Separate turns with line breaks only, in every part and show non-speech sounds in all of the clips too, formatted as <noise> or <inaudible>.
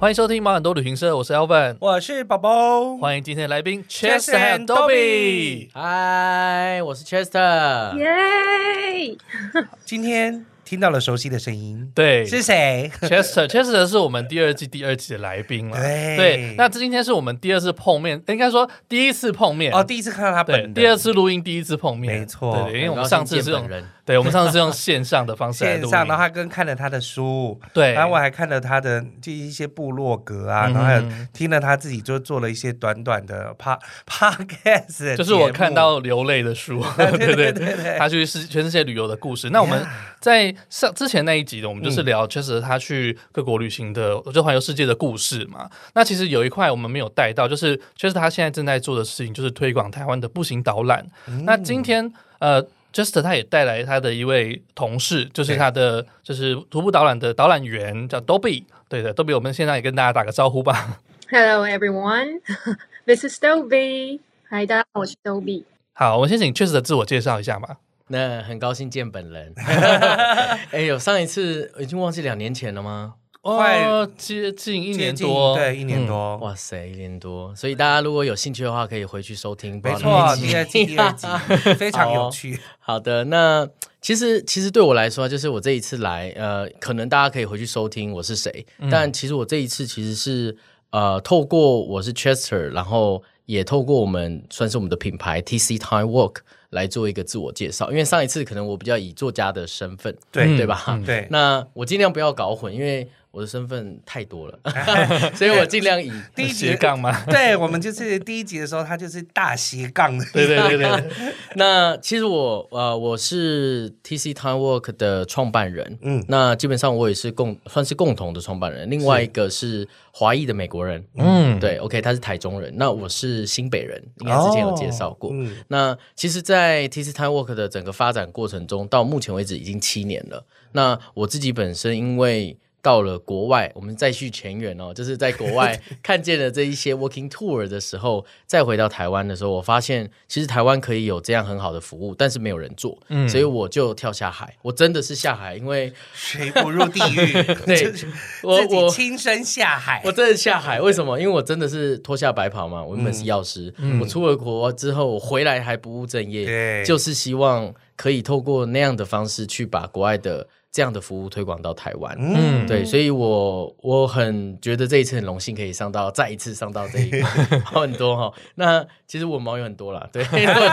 欢迎收听毛很多旅行社，我是 Alvin。
我是宝宝，
欢迎今天的来宾
Chess
Chess and
and
Dobby
Dobby。
嗨，我是 Chester。
耶！
今天听到了熟悉的声音，
对
是谁？
Chester Chester 是我们第二季第二集的来宾了。
对
那今天是我们第二次碰面，应该说第一次碰面
哦，。第一次看到他本
啊对，
人，
第二次录音，第一次碰面，
没错
对，因为我们上次是用
很高兴见本人，
对，我们上次是用线上的方式来
线
录音，
上，然后他跟看了他的书，
对
然后我还看了他的这一些部落格啊，
嗯
然后还有听了他自己就做了一些短短的 pa podcast，的
就是我
节目
看到流泪的书， <laughs> 对对对，他去世全世界旅游的故事。那我们在上之前那一集呢，我们就是聊确实他去各国旅行的，就环游世界的故事嘛。那其实有一块我们没有带到，就是确实他现在正在做的事情，就是推广台湾的步行导览。那今天呃。Jester 他也带来他的一位同事，就是他的就是徒步导览的导览员，叫 Dobby。对的，Dobby，我们现在也跟大家打个招呼吧。 <laughs>
Hello everyone, <laughs> this is Dobby. 嗨，大家好，我是 Dobby。
好，我们先请 Jester 自我介绍一下吧。
那很高兴见本人。哎呦，上一次已经忘记两年前了吗？
快
哦，接近一
接
年
近
多，
对，一年
嗯。
多，
哇塞，一年多！所以大家如果有兴趣的话，可以回去收听。
没
不知道
错，啊
哪一集
第二季第二集
<laughs>
非常有趣，
好的，那其实其实对我来说啊，就是我这一次来，呃，可能大家可以回去收听我是谁，但其实我这一次其实是呃，透过我是 Chester，然后也透过我们算是我们的品牌 TC Time Work 来做一个自我介绍，因为上一次可能我比较以作家的身份，
对嗯
对吧？
对，
那我尽量不要搞混，因为我的身份太多了， <laughs> 所以我尽量以
第一集
斜杠吗？
<laughs> 对，我们就是第一集的时候，他就是大斜杠的，
对对对对，
那其实我呃我是 TC Time Work 的创办
<laughs>
人，
嗯
嗯，那基本上我也是共算是共同的创办人，另外一个是华裔的美国人，
嗯，
对，OK，他是台中人，那我是新北人，应该之前有介绍过。
嗯，
那其实，在 TC Time Work 的整个发展过程中，到目前为止已经七年了。那我自己本身因为到了国外，我们再续前缘哦，就是在国外看见了这一些 Working Tour 的时候，再回到台湾的时候，我发现其实台湾可以有这样很好的服务，但是没有人做，所以我就跳下海。我真的是下海，因为
谁不入地狱？
<laughs> 对
就是
我
自己
我
亲身下海
我，真的下海，为什么？因为我真的是脱下白袍嘛，我原本
嗯
是药师，我出了国之后，我回来还不务正业，
对
就是希望可以透过那样的方式去把国外的这样的服务推广到台湾。
嗯，
对，所以我我很觉得这一次很荣幸可以上到再一次上到这一
<laughs>
个，好很多哈、那其实我毛有很多啦，对，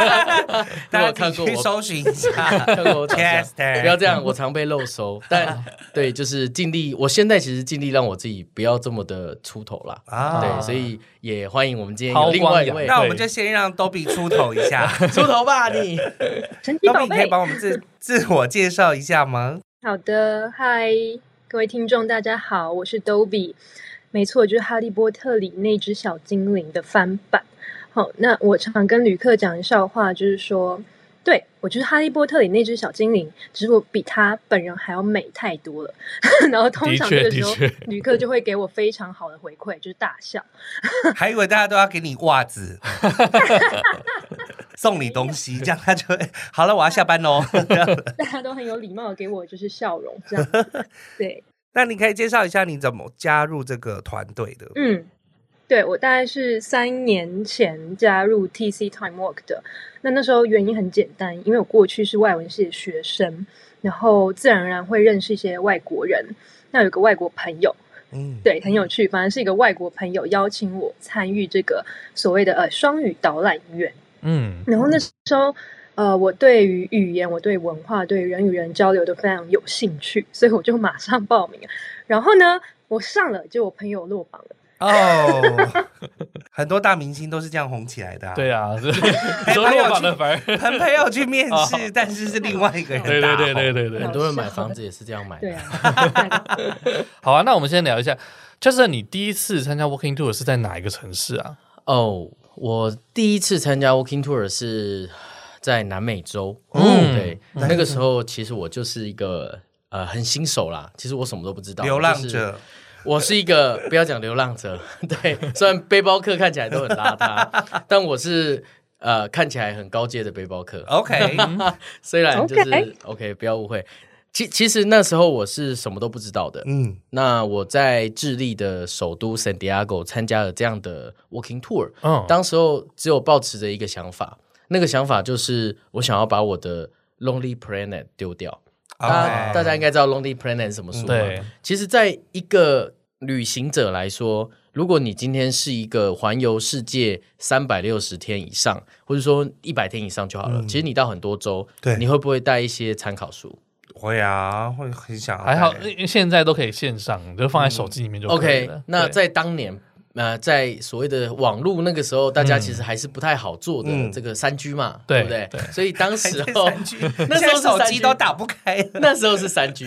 如
大家
果看
自
过
己去
我
搜寻一下。
<laughs> 看过我长相
Chester
不要这样，我常被漏收。
<laughs>
但对，就是尽力，我现在其实尽力让我自己不要这么的出头啦。
啊
对，所以也欢迎我们今天
韬光
有另外一
养
位
那我们就先让 Dobby 出头一下
<laughs> 出头吧你。
神
<laughs>
奇
，Dobby
宝
你可以
贝。
帮我们自自我介绍一下吗？
好的，嗨，各位听众，大家好，我是 Dobby。没错，就是《哈利波特》里那只小精灵的翻版。好，那我常跟旅客讲的笑话，就是说，对我就是《哈利波特》里那只小精灵，只是我比他本人还要美太多了。 <laughs> 然后通常这
的
个
确
时候
的确，
旅客就会给我非常好的回馈，就是大笑。
还以为大家都要给你袜
<laughs>
子，送你东西，这样他就会好了。我要下班喽。
大家都很有礼貌的给我就是笑容，这样对，
那你可以介绍一下你怎么加入这个团队的？
嗯，对我大概是三年前加入 TC Time Work 的。那那时候原因很简单，因为我过去是外文系的学生，然后自然而然会认识一些外国人。那有个外国朋友，
嗯，
对，很有趣，反正是一个外国朋友邀请我参与这个所谓的呃双语导览员。
嗯
然后那时候，呃，我对于语言、我对文化、对人与人交流都非常有兴趣，所以我就马上报名了。然后呢，我上了，就我朋友落榜了。
哦， <laughs> 很多大明星都是这样红起来的、啊。
对
<laughs>
啊，是 <laughs>
哎
说
朋友
落榜
去
的反而，
很朋友去面试，
哦
但是是另外一个人。
对对对对。对
很
对，
多人买房子也是这样买
对
的。
啊，
好啊，那我们先聊一下，就是你第一次参加 Walking Tour 是在哪一个城市啊？
<laughs> 哦，我第一次参加 Walking Tour 是在南美洲，嗯，对，那个时候其实我就是一个呃很新手啦，其实我什么都不知道，
流浪
就是
者，
我是一个不要讲流浪者， <laughs> 对，虽然背包客看起来都很邋遢，但我是呃看起来很高阶的背包客。
<laughs>
OK，
虽然就是
OK
OK，不要误会。其其实那时候我是什么都不知道的。
嗯，
那我在智利的首都 San Diego 参加了这样的 walking tour，
嗯，
当时候只有抱持着一个想法，那个想法就是我想要把我的 Lonely Planet 丢掉。
哦
大家
OK
大家应该知道 Lonely Planet 是什么书吗？
对，
其实，在一个旅行者来说，如果你今天是一个环游世界三百六十天以上，或者说一百天以上就好了，其实你到很多州，
嗯对
你会不会带一些参考书
会啊，会很想要
还好，
带
因为现在都可以线上，就放在手机里面就可以
？OK，
了。
那
对
在当年。呃，在所谓的网络那个时候，大家其实还是不太好做的
嗯
这个三 G 嘛，
对
不对？
对
所以当
<laughs> 还
时
在
候
<laughs>
三 G，
那时
现
候
在
是
手
三
机
G
都打不开。
<laughs> 那时候是三 G，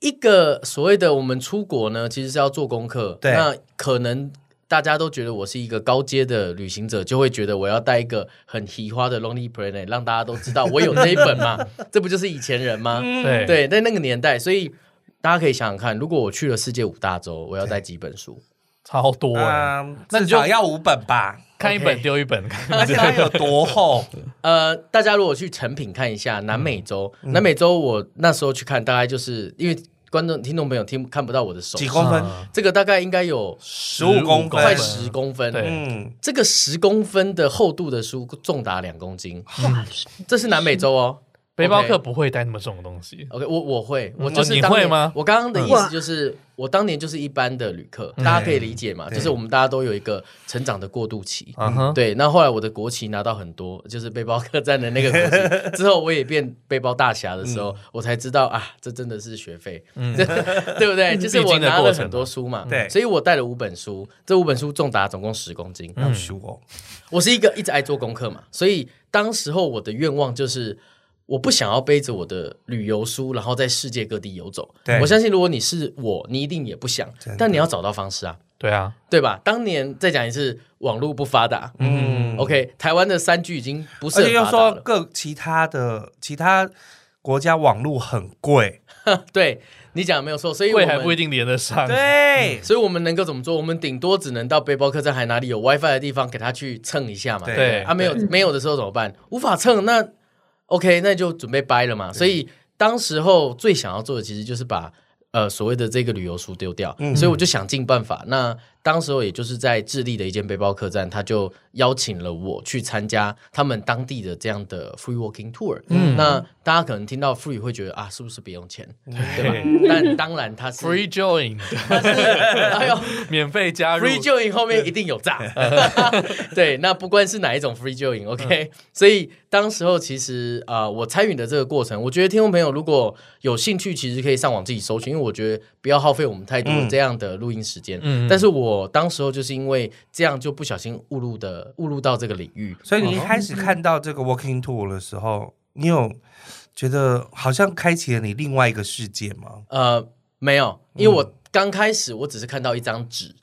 一
嗯
个所谓的我们出国呢，其实是要做功课。
对
那可能大家都觉得我是一个高阶的旅行者，就会觉得我要带一个很奇花的 Lonely Planet，让大家都知道我有这一本
<laughs>
嘛，这不就是以前人吗？
对
嗯对，在那个年代，所以大家可以想想看，如果我去了世界五大洲，我要带几本书？
超多
啊
哎，
嗯，
那
至
你就
少要五本
<laughs>
吧，
看一本丢一本，看一本
<laughs>
而且它有多厚？
<laughs>
嗯
呃，大家如果去成品看一下南美洲，南美洲我那时候去看，大概就是因为观众听众朋友听看不到我的手，
几公分？
这个大概应该有
嗯十
15公分
快十公分，
对
嗯，
这个十公分的厚度的书重达两公斤，
哇
这是南美洲哦。
背包客
OK
不会带那么重的东西。
OK，我我会，我
嗯
就是、
你
当年
会吗
我刚刚的意思
哇
就是，我当年就是一般的旅客，
嗯
大家可以理解嘛，就是我们大家都有一个成长的过渡期。
嗯哼，
对，那后来我的国旗拿到很多，就是背包客栈的那个国
<laughs>
旗之后，我也变背包大侠的时
嗯
候，我才知道啊，这真的是学费， <laughs> 对不
<laughs>
对？就是
必
我
经的
拿
过
了
程
很多书嘛，
对
所以我带了五本书，这五本书重达总共十公斤，
嗯
要修哦。
我是一个一直爱做功课嘛，所以当时候我的愿望就是，我不想要背着我的旅游书，然后在世界各地游走
对。
我相信如果你是我，你一定也不想
真的，
但你要找到方式啊，
对啊，
对吧？当年再讲一次，网络不发达，
嗯
o k 台湾的三 G 已经不是
而且又
很发达
说
了，
各其他的其他国家网络很贵，
对你讲的没有错，所以我
贵还不一
们。
定连得上。
对
所以我们能够怎么做？我们顶多只能到背包客栈还哪里有 WiFi 的地方给他去蹭一下嘛。
对
对
啊，没有没有的时候怎么办？无法蹭，那 OK，那就准备掰了嘛。所以当时候最想要做的其实就是把呃所谓的这个旅游书丢掉，
嗯
嗯
嗯
所以我就想尽办法。那当时候也就是在智利的一间背包客栈，他就邀请了我去参加他们当地的这样的 free walking tour。嗯，那大家可能听到 free 会觉得啊，是不是不用钱？对吧？但当然它
<laughs>
是
，free join，
哎呦。
<laughs> 免费加入
Free join 后面一定有诈， <laughs> 对，那不管是哪一种 free join，OK，、所以当时候其实啊、呃我参与的这个过程，我觉得听众朋友如果有兴趣，其实可以上网自己搜寻，因为我觉得不要耗费我们太多这样的录音时间。
嗯
但是我当时候就是因为这样，就不小心误入的误入到这个领域。
所以你一开始看到这个
嗯
Walking Tour 的时候，你有觉得好像开启了你另外一个世界吗？
呃，没有，因为我刚开始我只是看到一张纸。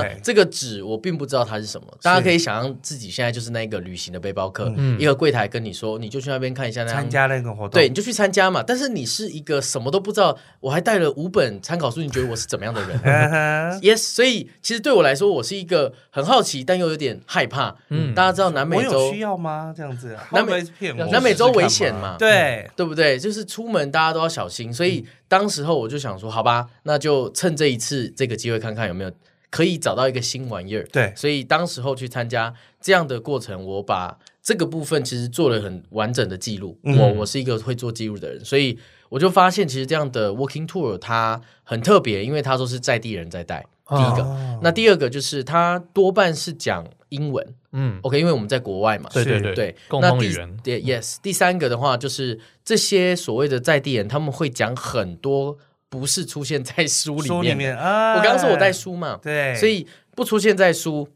嗯OK
这个纸我并不知道它是什么，大家可以想象自己现在就是那个旅行的背包客，一个柜台跟你说，你就去那边看一下那张
嗯参加那个活动，<laughs>
对，你就去参加嘛。但是你是一个什么都不知道，我还带了五本参考书，你觉得我是怎么样的
<laughs>
人
嗯哼，
？Yes，所以其实对我来说，我是一个很好奇，但又有点害怕。嗯，大家知道南
我
美
有
洲
需，要吗？这样子，啊
南美
会不会骗我，
南美洲危险
试试看
嘛，嗯
对，
对不对？就是出门大家都要小心，所以当时候我就想说，好吧，那就趁这一次这个机会，看看有没有可以找到一个新玩意儿。
对
所以当时候去参加这样的过程，我把这个部分其实做了很完整的记录。我我是一个会做记录的人，所以我就发现其实这样的 walking tour 它很特别，因为它都是在地人在带。第一
哦
个，那第二个就是它多半是讲英文。
嗯，
OK，因为我们在国外嘛，
对对
是
对
哦对，
共
那
同
第
语言，嗯
对，yes。第三个的话，就是这些所谓的在地人，他们会讲很多不是出现在书里
书里
面。
面啊，
哎
我刚刚说我带，书嘛，
对，
所以不出现在书，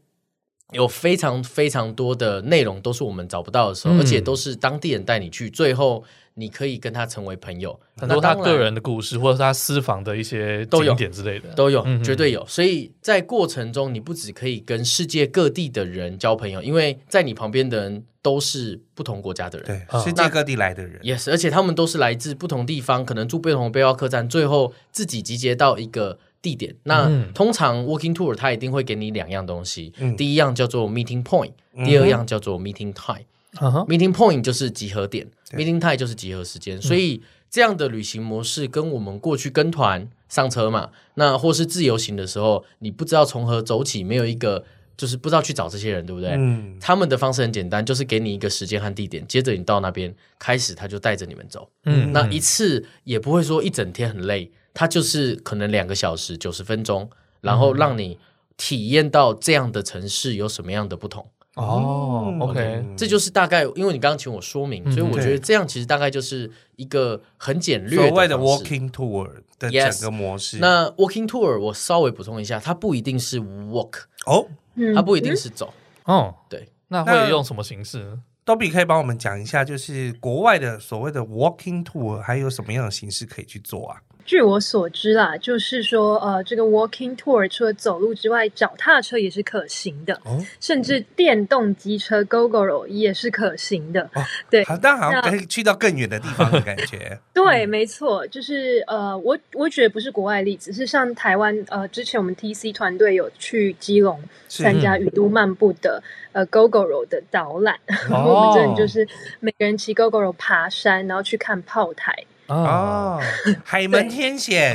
有非常非常多的内容都是我们找不到的时候，
嗯
而且都是当地人带你去，最后你可以跟他成为朋友。
很多他
那当然
个人的故事，或者他私房的一些
都有
景点之类的，
都有
嗯，
绝对有。所以在过程中，你不只可以跟世界各地的人交朋友，因为在你旁边的人都是不同国家的人。
对，
嗯
世界各地来的人，
Yes，而且他们都是来自不同地方，可能住不同的背包客栈，最后自己集结到一个地点。那、
嗯
通常 walking tour 它一定会给你两样东西，
嗯
第一样叫做 meeting point，第二样叫做 meeting time。
嗯哼
meeting point 就是集合点
对嗯
，meeting time 就是集合时间，所以这样的旅行模式跟我们过去跟团上车嘛，那或是自由行的时候，你不知道从何走起，没有一个就是不知道去找这些人，对不对？
嗯，
他们的方式很简单，就是给你一个时间和地点，接着你到那边开始，他就带着你们走。
嗯
那一次也不会说一整天很累，他就是可能两个小时九十分钟，然后让你体验到这样的城市有什么样的不同。
哦
嗯
，OK，
嗯
这就是大概，因为你刚刚请我说明，
嗯
所以我觉
对
得这样其实大概就是一个很简略
所谓的
的方式
walking tour 的
Yes
整个模式。
那 walking tour 我稍微补充一下，它不一定是 walk，
哦，
<laughs>
嗯，
它不一定是走。
哦，
对，
那
那
会用什么形式呢？
多比可以帮我们讲一下，就是国外的所谓的 walking tour 还有什么样的形式可以去做啊？
据我所知啦，就是说，呃，这个 walking tour 除了走路之外，脚踏车也是可行的，
哦
甚至电动机车 GoGo 也是可行的。
哦，
对
好，但好像
那
可以去到更远的地方的感觉。
对，没错，就是呃，我我觉得不是国外例子，是像台湾呃，之前我们 TC 团队有去基隆
是嗯
参加雨都漫步的呃 GoGo 的导览，
哦
<laughs> 然后我们真的就是每个人骑 GoGo 爬山，然后去看炮台。
啊，
<laughs>
哦，海门天险，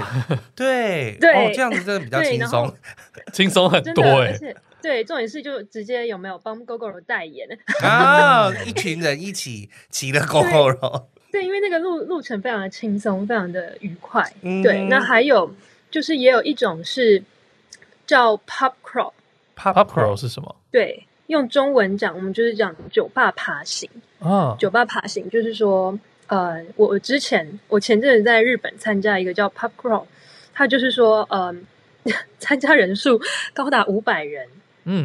对
对
哦，这样子真的比较
对
轻
然
松
后。
轻松很
真的，
多
而
哎，
且对，重点是就直接有没有帮 GoGo 代言？ <laughs>
啊，一群人一起骑了狗狗肉，
对，因为那个路路程非常的轻松，非常的愉快。
嗯
<laughs> 对，那还有就是也有一种是叫 pub crawl，
Pop Crow 是什么
对，用中文讲我们就是讲酒吧爬行。
啊？
酒吧爬行就是说，呃，我我之前我前阵子在日本参加一个叫 pub crawl，它就是说，嗯、 <laughs> 参加人数高达五百人，
嗯，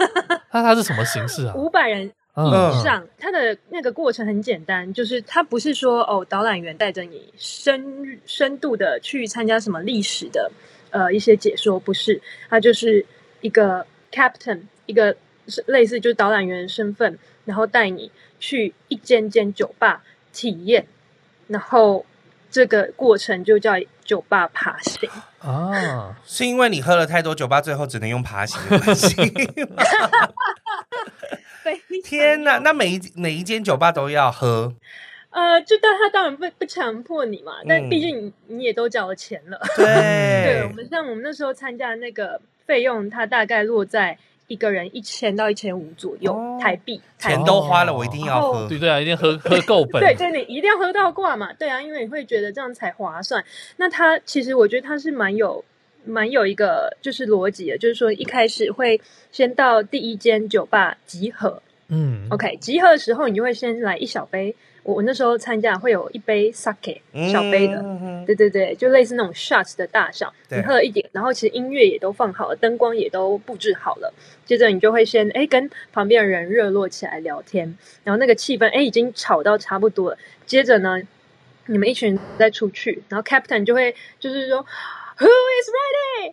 <laughs> 那它是什么形式啊？
五百人
嗯
上，它的那个过程很简单，就是它不是说哦，导览员带着你深深度的去参加什么历史的呃一些解说，不是，它就是一个 captain，一个是类似就是导览员的身份，然后带你去一间间酒吧体验，然后这个过程就叫酒吧爬行。
啊，
是因为你喝了太多酒吧，最后只能用爬行的关
<laughs>
系。
对，
天哪，那每一每一间酒吧都要喝，
<laughs> 呃，就但他当然不不强迫你嘛，但
嗯
毕竟你你也都交了钱了。对我
对，
们像我们那时候参加的那个费用，它大概落在一个人一千到一千五左右、
哦
台币。台
钱
币
都花了，我一定
哦
要喝。
对对啊，一定喝 <laughs> 喝够本，
对，对，你一定要喝到挂嘛，对啊，因为你会觉得这样才划算。那它其实我觉得它是蛮有蛮有一个就是逻辑的，就是说一开始会先到第一间酒吧集合 <laughs>
嗯
，OK，集合的时候你就会先来一小杯，我我那时候参加会有一杯 sake
嗯
小杯的，
嗯嗯
对对对，就类似那种 shots 的大小，
对
你喝了一点，然后其实音乐也都放好了，灯光也都布置好了，接着你就会先哎跟旁边的人热络起来聊天，然后那个气氛哎已经吵到差不多了，接着呢，你们一群人再出去，然后 captain 就会就是说 Who is ready？Yeah,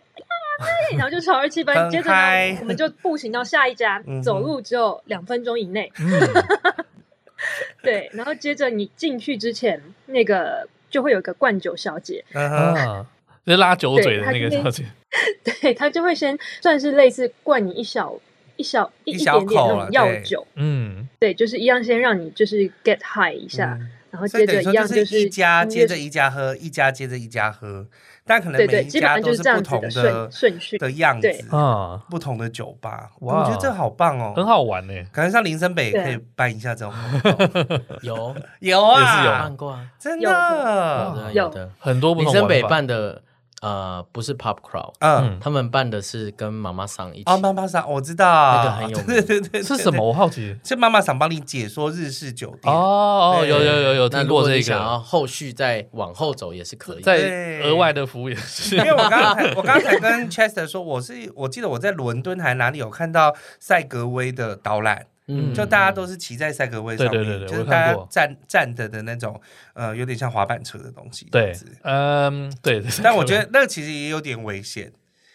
ready 然后就炒热气
<laughs>
氛，
很
接着呢
嗨，
我们就步行到下一家
嗯哼，
走路只有两分钟以内。
嗯
对，然后接着你进去之前，那个就会有一个灌酒小姐，
嗯哼
啊， <laughs> 就是拉酒嘴的那个
对
小
他
姐，
对他就会先算是类似灌你一小一小一
一
一
小
点点
口
那
啊
种药
对
酒，
嗯
对，就是一样先让你就是 get high 一下，
嗯
然后
所以
接
等
着
于说
样
就
就是
一家
音乐
接着一家喝，一家接着一家喝，但可能
对
每
对，
一
基本
家
上就
都
是这
不
样子
同
的
的
顺顺序。
的样
对
子，
啊，
不同的酒吧。
哇
哇，我觉得这好棒哦，
很好玩呢，欸
感觉像林森北也可以办一下这种活动，
有
也是
有
有
嗯啊
办，过啊，
真
有
的嗯
有的
有
的。
很多不
林
同
森
玩
北
法
办的呃不是 Pop Crowd，
嗯，
他们办的是跟妈妈桑一起
啊，妈妈桑我知道，
那个很有名
对对对，对
是什么？？我好奇。
是妈妈桑帮你解说日式酒店，
哦，
对
有有有有
那
听
如果
过
你
这
想要
个，
后续再往后走也是可以。
在
对
额外的服务也是
<laughs> 因。为我刚才我刚才跟 Chester 说，我是我记得我在伦敦还哪里有看到赛格威的导览，
嗯
就大家都是骑在赛格威上
对
面，
对对对
就是
我看
大家
过
站站着的那种，呃，有点像滑板车的东西，这
<laughs> 对
样 <laughs> 子，
嗯，对。<laughs>
但我觉得那其实也有点危险，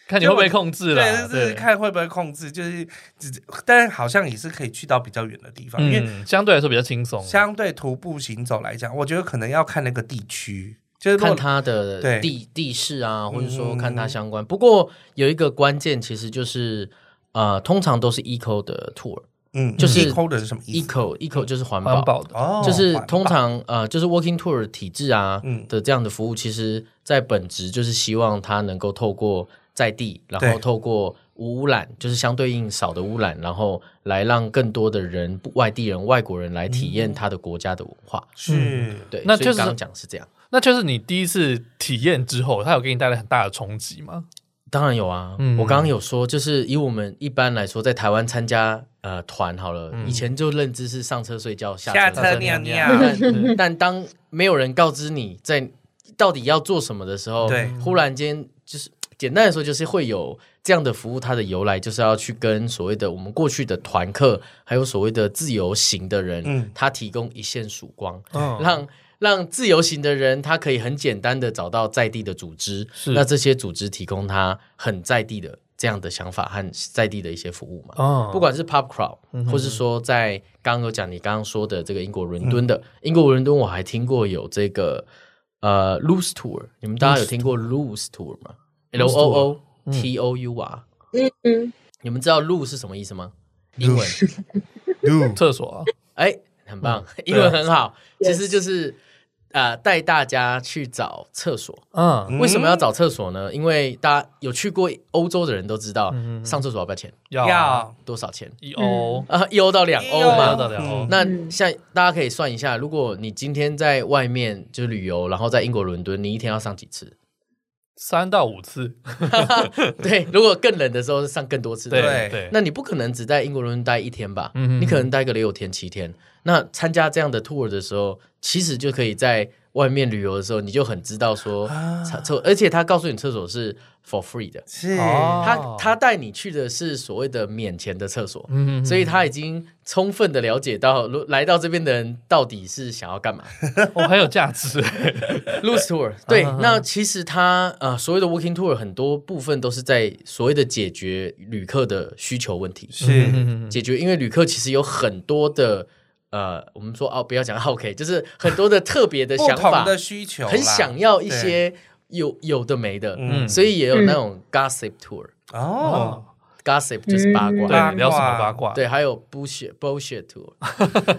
看你会不会控制了，
对，就是看会不会控制，就是只，但好像也是可以去到比较远的地方，因为
嗯，相对来说比较轻松。
相对徒步行走来讲，我觉得可能要看那个地区，就是如
看
果
它的
对
地地势啊，或者说
嗯
看它相关。不过有一个关键，其实就是呃，通常都是 eco 的 tour，eco
嗯，
就是
地抠的是什么意思？
eco 就是环
环
保，
保的，
哦
就是通，
环
常呃，就是 working tour 体制啊
嗯
的这样的服务，其实在本质就是希望它能够透过在地，然
对
后透过无污染，就是相对应少的污染，然后来让更多的人、外地人、外国人来体验它的国家的文化。
保是
嗯对，
那
所以
就是
刚刚讲是这样，
那就是你第一次体验之后，它有给你带来很大的冲击吗？
当然有啊。
嗯
我刚刚有说，就是以我们一般来说，在台湾参加呃团好了，以前就认知是上车睡觉，下
下
车
车
尿
尿尿 <laughs>
但但当没有人告知你在到底要做什么的时候，
对
忽然间就是简单的说，就是会有这样的服务，它的由来就是要去跟所谓的我们过去的团客，还有所谓的自由行的人，
嗯哦
他提供一线曙光，
嗯，
让让自由行的人他可以很简单的找到在地的组织，
是
那这些组织提供他很在地的这样的想法和在地的一些服务嘛。
哦嗯
不管是 pub crowd，、或是说在刚刚有讲你刚刚说的这个英国伦敦的、英国伦敦，我还听过有这个呃 loose tour，你们大家有听过 loose tour 吗？L O O T O U R，、
嗯嗯，
你们知道 loose 是什么意思吗？英文，
路
厕所啊，
哎，很棒，
嗯
<laughs> 英文很好，其
Yes
实就是呃带大家去找厕所。
嗯，
为什么要找厕所呢？因为大家有去过欧洲的人都知道，
嗯
上厕所要不要钱？
要啊
要
多少钱？
一哦欧
啊，一欧到两欧
一
嘛
欧，到两欧
嗯
那
嗯
像大家可以算一下，如果你今天在外面就旅游，然后在英国伦敦，你一天要上几
<laughs>
次？
三到五次，
对，如果更冷的时候是上更多次。
对
不
对
对，
那你不可能只在英国伦敦待一天吧？
嗯
你可能待个六天七天。那参加这样的 tour 的时候，其实就可以在外面旅游的时候，你就很知道说
啊
厕厕，而且他告诉你厕所是 for free 的，
是
哦
他他带你去的是所谓的免钱的厕所，
嗯
所以他已经充分的了解到如来到这边的人到底是想要干嘛。
我哦很有价值，
Loose
啊
tour，对，那其实它呃所谓的 working tour 很多部分都是在所谓的解决旅客的需求问题，
嗯
是
解决因为旅客其实有很多的呃，我们说哦不要讲 <laughs> OK，就是很多的特别的
不
想法
同，的需求啦，
很想要一些有有的没的，
嗯
所以也有那种 gossip tour。
哦，
Gossip 就是八卦，
嗯
对，你聊什么八卦？
对，还有 bullshit bullshit tour。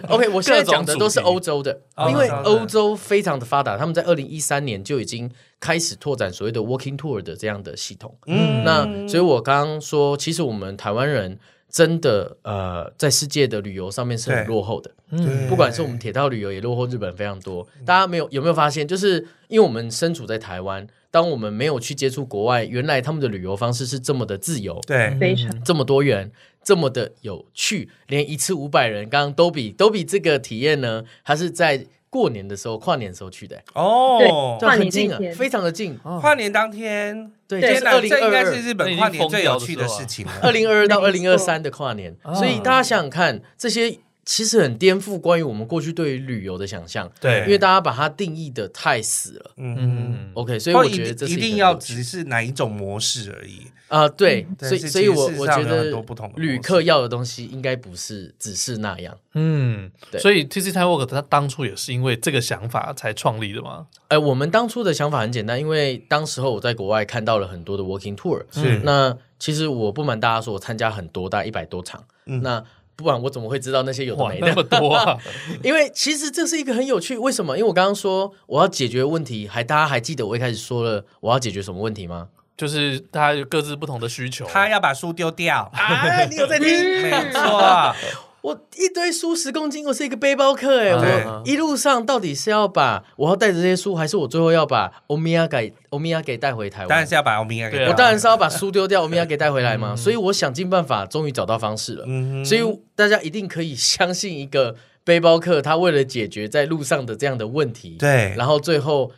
OK，我现在讲的都是欧洲的，
各种主题
因为
哦
欧洲非常的发达，他们在二零一三年就已经开始拓展所谓的 walking tour 的这样的系统。
嗯
那所以，我刚刚说，其实我们台湾人真的呃，在世界的旅游上面是很
对
落后的。
对
不管是我们铁道旅游也落后日本非常多。大家没有有没有发现，就是因为我们身处在台湾，当我们没有去接触国外，原来他们的旅游方式是这么的自由，
对
非常
这么多元，这么的有趣，连一次五百人，刚刚都比都比这个体验呢，它是在过年的时候、跨年的时候去的、
哦
这，
对
样很近啊
跨年那，天
非常的近。
跨年当天，
对，这
对
是
天哪
二
这
零二
应该是
二、
日
那已
本
经
跨年
疯
最
掉
有
的
趣
时
的
候啊
事情了。
二零二二到
<laughs>
二
没
零二
错
三的跨年，
哦
啊
所以大家想想看，这些其实很颠覆关于我们过去对于旅游的想象，
对
因为大家把它定义的太死了。
嗯，
嗯，
OK，所
所
以我觉得这是
一
个
定要只是哪一种模式而已。
啊、对，
对
所以
是
所以
其实
我
世
我
上
觉
有
得
很多不同的
旅
模
客
式
要的东西应该不是只是那样。
嗯，
对
所以 T C Time Work 它当初也是因为这个想法才创立的嘛，
哎，我们当初的想法很简单，因为当时候我在国外看到了很多的 working tour，
是
那其实我不瞒大家说，我参加很多，大概一百多场，
嗯
那不然我怎么会知道那些有的
哇，
<laughs> 没
那么
的？
多啊，
因为其实这是一个很有趣，为什么？因为我刚刚说我要解决问题，还大家还记得我一开始说了我要解决什么问题吗？
就是大家有各自不同的需求，
<laughs> 哎
他要把书丢掉，
啊，你有在听？
没错，
我一堆书十公斤，我是一个背包客哎、
对
我一路上到底是要把我要带着这些书，还是我最后要把欧米亚给欧米亚给带回台
当然
湾
是？要把欧米伽给
对啊
带回
我
来，
当然是要把书丢掉，欧米亚给带回来嘛。所以我想尽办法，终于找到方式了。
嗯哼
所以大家一定可以相信一个背包客，他为了解决在路上的这样的问题，
对
然后最后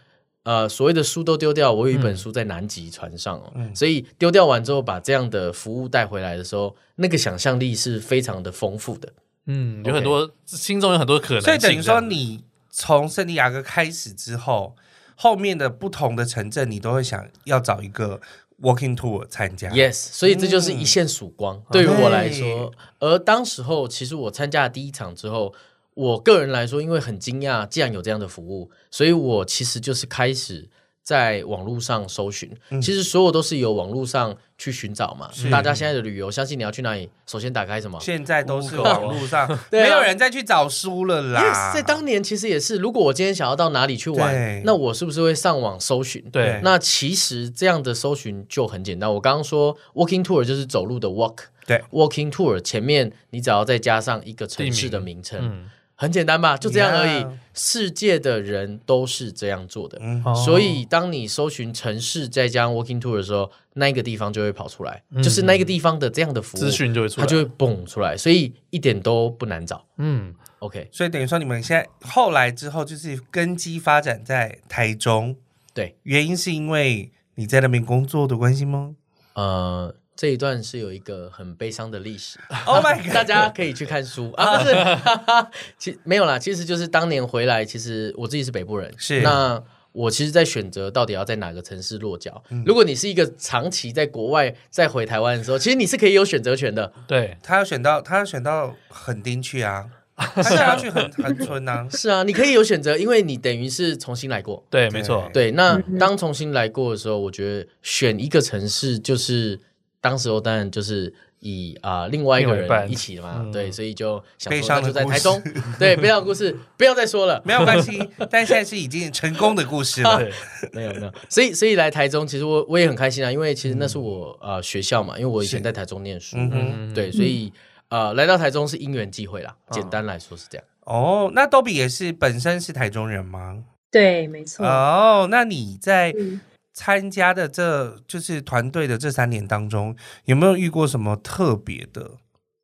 呃所谓的书都丢掉。我有一本
嗯
书在南极船上哦，所以丢掉完之后，把这样的服务带回来的时候，那个想象力是非常的丰富的。
嗯，有很多心中有很多可能性
所以等于
这
说，
样子
你从圣地亚哥开始之后，后面的不同的城镇，你都会想要找一个 walking tour 参加。
Yes，所以这就是
嗯
一线曙光、
啊
对于我来说。而当时候，其实我参加了第一场之后，我个人来说，因为很惊讶，既然有这样的服务，所以我其实就是开始在网络上搜寻。
嗯
其实所有都是由网络上去寻找嘛。大家现在的旅游，相信你要去哪里，首先打开什么？
现在都是
Google
网络上，
<laughs> 对啊
没有人再去找书了啦。
Yes，在当年其实也是，如果我今天想要到哪里去
对
玩，那我是不是会上网搜寻？
对
那其实这样的搜寻就很简单。我刚刚说 walking tour 就是走路的 walk，
对
，walking tour 前面你只要再加上一个城市的名称，
嗯
很简单吧？就这样而已。
Yeah
世界的人都是这样做的，
嗯
哦
所以当你搜寻城市再加上 walking tour 的时候，那一个地方就会跑出来，就是那个地方的这样的服
嗯
务
资讯就会出
它
来，
就会蹦出来，所以一点都不难找。
嗯
OK，
所以等于说，你们现在后来之后就是根基发展在台中，
对，
原因是因为你在那边工作的关系
<laughs>
吗
呃，这一段是有一个很悲伤的历史，
？Oh my god！
<laughs> 大家可以去看书
<laughs>
啊，不是， <laughs> 哈哈其没有啦，其实就是当年回来，其实我自己是北部人，
是
那。我其实，在选择到底要在哪个城市落脚。
嗯
如果你是一个长期在国外再回台湾的时候，其实你是可以有选择权
<laughs>
的。，
对，
他要选到，他要选到垦丁去啊，他想要去横横村啊
是啊，你可以有选择，因为你等于是重新来过。
对，没错，
对，那当重新来过的时候，我觉得选一个城市就是当时候当然就是以啊、另外一个
另外一半
人一起嘛，对，所以就想
嗯悲
说
伤的
那就在
故
台
事
中，对，悲伤的故事不要再说了，
没有关系。但现在是已经成功的故事
<laughs>
了，
对，
没有没有，所以所以来台中，其实我我也很开心啊，因为其实那是我、呃学校嘛，因为我以前在台中念书，
嗯哼。嗯
对，所以呃来到台中是因缘际会啦，简单来说是这样。
哦，那豆比也是本身是台中人吗？
对，没错。
哦，那你在
嗯
参加的这就是团队的这三年当中，有没有遇过什么特别的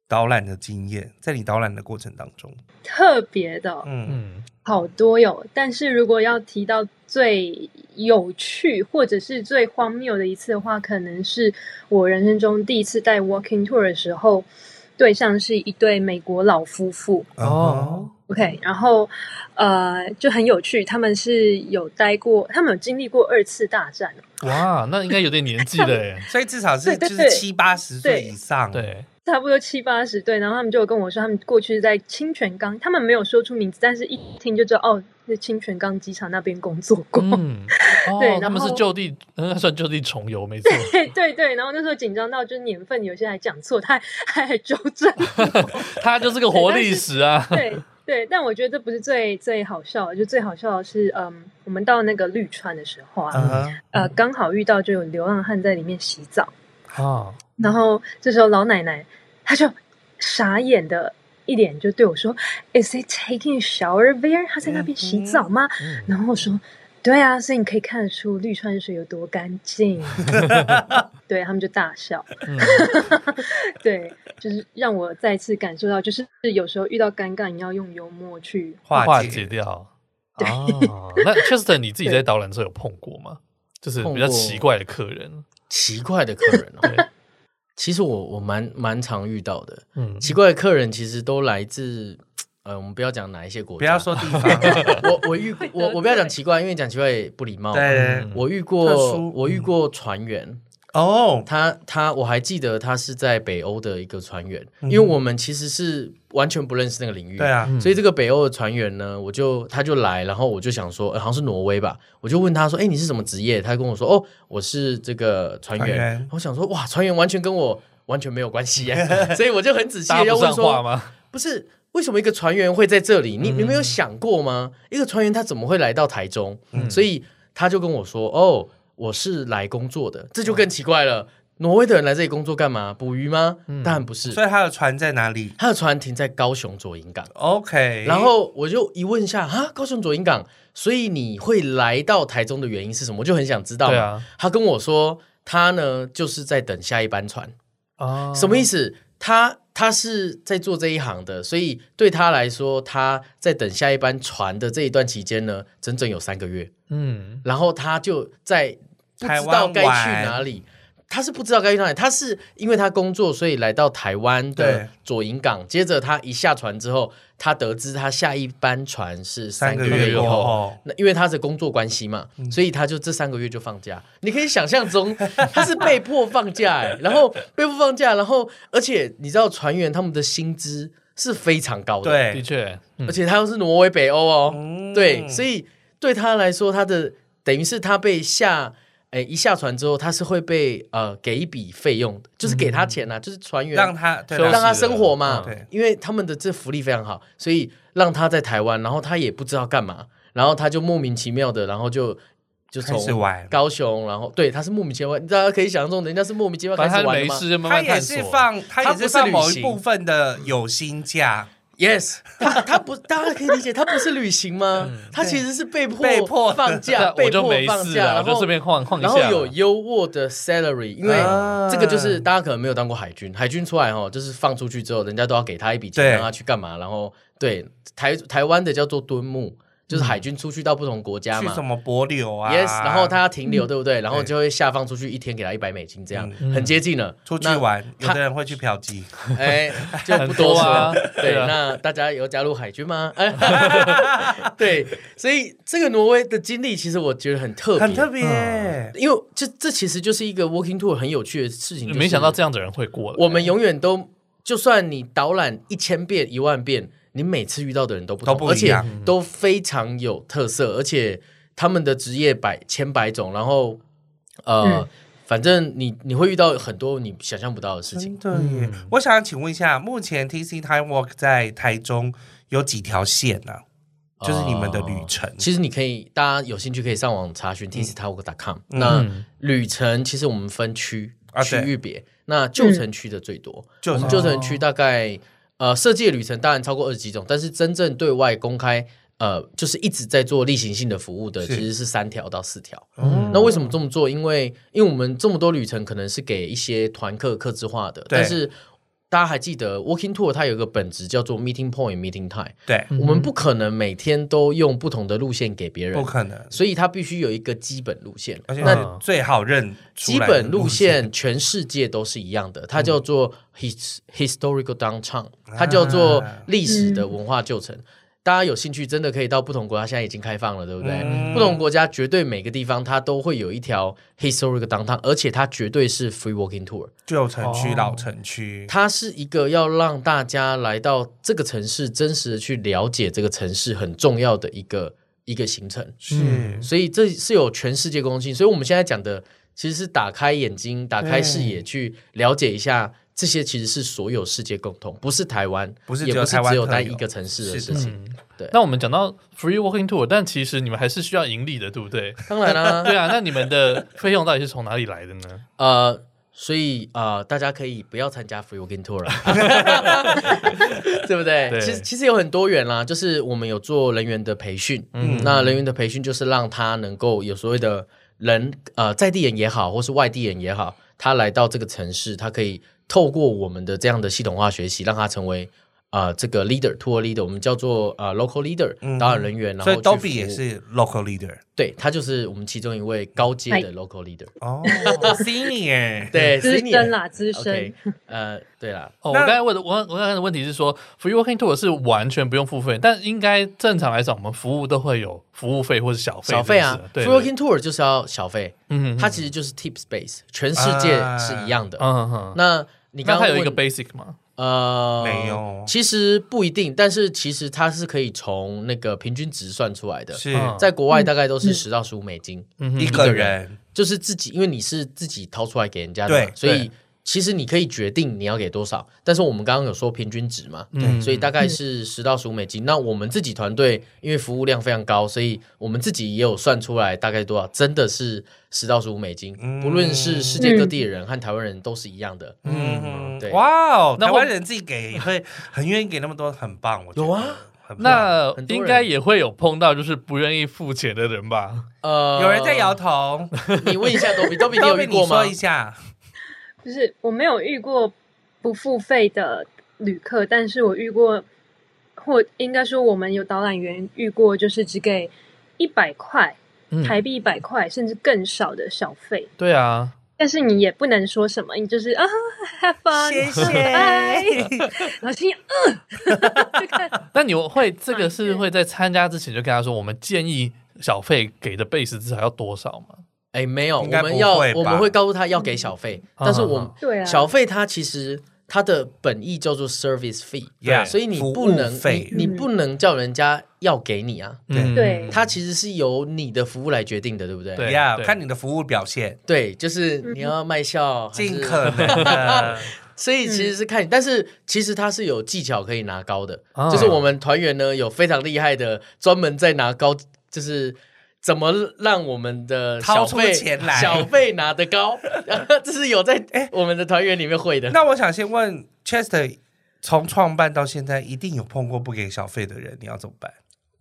导览的经验？在你导览的过程当中，
特别的哦
嗯，，
嗯，
好多哟，但是如果要提到最有趣或者是最荒谬的一次的话，可能是我人生中第一次带 walking tour 的时候，对象是一对美国老夫妇。
哦，
OK，然后呃就很有趣，他们是有待过，他们有经历过二次大战，
哇，那应该有点年纪了耶
<laughs>
所以至少是
对对
就
对
是七八十岁
对
以上，，
对，
差不多七八十对，然后他们就有跟我说，他们过去是在清泉岗，他们没有说出名字，但是一听就知道哦，是清泉岗机场那边工作过。
嗯，
对
哦，他
然
们是
后
就地，嗯，算就地重游，没错，
对对对，然后那时候紧张到就是年份有些还讲错，他还还纠正。
<laughs>
他就是个活历史啊，
对对，但我觉得这不是最最好笑的，就最好笑的是，嗯，我们到那个绿川的时候啊，
嗯哼，
呃，刚好遇到就有流浪汉在里面洗澡，
啊，
然后这时候老奶奶她就傻眼的。一脸就对我说：“Is he taking a shower there？” 他在那边洗澡吗？然后我说：“对啊，所以你可以看得出绿川水有多干净。”对他们就大笑。
嗯，
对，就是让我再次感受到，就是有时候遇到尴尬，你要用幽默去。
化
化
解
解。
掉。哦，那 Chester 你自己在导览的时候有碰过吗？就是比较奇怪的客人，
奇怪的客人
对
哦，其实我我蛮蛮常遇到的，
嗯，
奇怪的客人其实都来自，呃，我们不要讲哪一些国家，
不要说地方，
<laughs> 嗯我我遇
得
我我不要
罪
讲奇怪，因为讲奇怪也不礼貌。
对
嗯
我遇
特
过
殊嗯
我遇过船员，
哦，
他他我还记得他是在北欧的一个船员，因为我们其实是完全不认识那个领域，
嗯对，啊，
嗯
所以这个北欧的船员呢，我就他就来，然后我就想说、呃好像是挪威吧，我就问他说，哎，你是什么职业？他跟我说，哦，我是这个船员。
船员
我想说，哇，船员完全跟我完全没有关系耶，
<laughs>
所以我就很仔细
搭
的要
不
问
上
说
话，吗？
不是为什么一个船员会在这里？你你没有想过吗？一个船员他怎么会来到台中？所以他就跟我说：“哦，我是来工作的。”这就更奇怪了。挪威的人来这里工作干嘛？捕鱼吗？当然不是，
所以他的船在哪里
他的船停在高雄左营港。
？OK，
然后我就一问一下啊，高雄左营港，所以你会来到台中的原因是什么？我就很想知道。
对啊，
他跟我说，他呢就是在等下一班船，
啊
什么意思？他他是在做这一行的，所以对他来说，他在等下一班船的这一段期间呢，整整有三个月。
嗯，
然后他就在不知道该去哪里，他是不知道该去哪里，他是因为他工作，所以来到台湾
对
的左营港。接着他一下船之后，他得知他下一班船是
三
三
个
个
月
月以
过
后。
后，
那因为他的工作关系嘛，
嗯
所以他就这三个月就放假。你可以想象中， <laughs> 他是被迫放假、欸，然后被迫放假，然后而且你知道船员他们的薪资是非常高的，
的
对，
确，嗯
而且他又是挪威北欧哦，
嗯
对，所以对他来说，他的等于是他被下，诶一下船之后，他是会被呃给一笔费用的，就是给他钱呐、啊，就是船员
嗯让他对
休息
让
让
他生活嘛
嗯，对
因为他们的这福利非常好，所以让他在台湾，然后他也不知道干嘛，然后他就莫名其妙的，然后就。就
开始
从
玩
高雄，然后对，他是莫名其妙，大家可以想象中，人家是莫名其妙开
反
始
正他
玩的
没
嘛。
事就慢
他
慢
也
探
是
索。
放，他也
他不
是
是
放
旅
某一
行
部分的有薪假，
Yes，他 <laughs> 他不，大家可以理解，他不是旅行吗？
嗯
他其实是被迫
被迫
放
<laughs>
假，
对
被
我就
迫
没
放
事
假，
啊，
然
我就
后
这边晃晃一
然后
下。
有优渥的 salary，因为
啊
这个就是大家可能没有当过海军，海军出来哈，就是放出去之后，人家都要给他一笔
对
钱，让他去干嘛？然后对台台湾的叫做蹲木，就是海军出去到不同国家
去
嘛
什。么帛柳啊嗯
Yes，然后他要停留，对不对？然后就会下放出去，一天给他一百美金，这样很接近了。
出去
那
玩，有
他
的人会去嫖妓， <laughs>
哎，就不
很
多
多
说
啊
对
对，啊
那大家有加入海军吗？哎， <laughs> 对，所以这个挪威的经历，其实我觉得很特别，嗯
很特别。
因为这这其实就是一个 working tour 很有趣的事情。就是
没想到这样的人会过来。
我们永远都，就算你导览一千遍、一万遍，你每次遇到的人都不同
都不一样嗯
而且都非常有特色，而且他们的职业百千百种，然后呃，
嗯
反正你你会遇到很多你想象不到的事情。嗯
真的耶！我想请问一下，目前 TC Time Walk 在台中有几条线啊？就是你们的旅程嗯
哦其实你可以，大家有兴趣可以上网查询 t c t a l k c o m 那
嗯
旅程其实我们分区
啊
区
对嗯
域别，那旧城区的最多。
旧
我
城
们旧城区大概呃设计的旅程当然超过二十几种，但是真正对外公开呃就是一直在做例行性的服务的，
是
其实是三条到四条。
嗯
那为什么这么做？因为因为我们这么多旅程可能是给一些团客客制化的，但是大家还记得 Walking Tour 它有一个本质叫做 Meeting Point Meeting Time。
对，
我们不可能每天都用不同的路线给别
不
人，
可能，
所以它必须有一个基本路线。
而且
那
是最好认出
基
来的嗯
本路线全世界都是一样的，它叫做 his historical downtown，它
啊
叫做历史的文化旧城。大家有兴趣，真的可以到不同国家，现在已经开放了，对不对？
嗯
不同国家绝对每个地方它都会有一条 historical downtown，而且它绝对是 free walking tour。
旧城区、
哦
老城区，
它是一个要让大家来到这个城市，真实的去了解这个城市很重要的一个一个行程，
是
所以这是有全世界公信。所以我们现在讲的其实是打开眼睛、打开视野去了解一下，这些其实是所有世界共同，不是台湾，
不是只
也
有
不是
台湾
只有
特
单
有
一个城市的
是
事
的
情。
嗯那我们讲到 free walking tour，但其实你们还是需要盈利的，对不对？
当然
<laughs>
啦、
对啊，那你们的费用到底是从哪里来的呢？
呃，所以呃，大家可以不要参加 Free Walking Tour 了， <laughs> 对不对？
对
其实其实有很多元啦，就是我们有做人员的培训，嗯，那人员的培训就是让他能够有所谓的人呃在地人也好，或是外地人也好，他来到这个城市，他可以透过我们的这样的系统化学习，让他成为。呃，这个 leader tour leader，我们叫做呃 local leader 导览人员，然
嗯所
后
以
去
Dobby
服务
也，是 local leader
对他就是我们其中一位高阶的 local leader，
<laughs> 哦嗯，senior
对，
资
senior
深啦，资深
OK，。呃，对啦，
哦，我
那
刚才问的，我我刚才的问题是说，free walking tour 是完全不用付费，但应该正常来讲，我们服务都会有服务费或者小费。
<laughs> 小费啊
是不是对
，free
对，
walking tour 就是要小费，
嗯
它其实就是 tip space，全世界是一样的。
嗯哼，
那你
那
刚
它
刚
有一个
问
basic 吗？
呃
没有
其实不一定，但是其实它是可以从那个平均值算出来的，
是
嗯
在国外大概都是十到十五美金，
嗯哼
一个人，
就是自己，因为你是自己掏出来给人家的
对
嘛，所以其实你可以决定你要给多少，但是我们刚刚有说平均值嘛，
嗯
所以大概是十到十五美金。那我们自己团队因为服务量非常高，所以我们自己也有算出来大概多少，真的是十到十五美金
嗯，
不论是世界各地的人和台湾人都是一样的。
嗯，
对
哇哦，
那
台
我
湾人自己给会很愿意给那么多，很棒，我觉得
有啊，
很棒
那
很多人
应该也会有碰到就是不愿意付钱的人吧？
呃
<laughs> 有人在摇，头，
你问一下多比，多比
<laughs>
你有遇
你
过吗
说？一下，
就是我没有遇过不付费的旅客，但是我遇过，或应该说我们有导览员遇过，就是只给一百块
嗯
台币一百块，甚至更少的小费。
对啊，
但是你也不能说什么，你就是啊，have fun，
谢
<laughs>
谢
拜，然后心想嗯，就看
那你会这个
满
是
月
会在参加之前就跟他说，我们建议小费给的 base 至少要多少吗？
哎，没有，我
应该
们
不
要
会吧
我们会告诉他要给小费，但是
嗯嗯
我们
嗯
对啊，
小费它其实它的本意叫做 service fee，
Yeah，
所以你
服务
不能
费
你你
嗯
不能叫人家要给你啊，
嗯
对
对
它其实是由你的服务来决定的，对不对？
对
呀，
对
看你的服务表现，
对
嗯
就是你要卖笑，还是
尽可能的，
<laughs>
<laughs>
所以其实
嗯
是看你，但是其实它是有技巧可以拿高的，
啊
就是我们团员呢有非常厉害的，专门在拿高，就是怎么让我们的
掏
小
出
费
钱来哎
小费拿得高， <laughs> 这是有在我们的团员里面会的。
那我想先问 Chester，从创办到现在，一定有碰过不给小费的人，你要怎么办？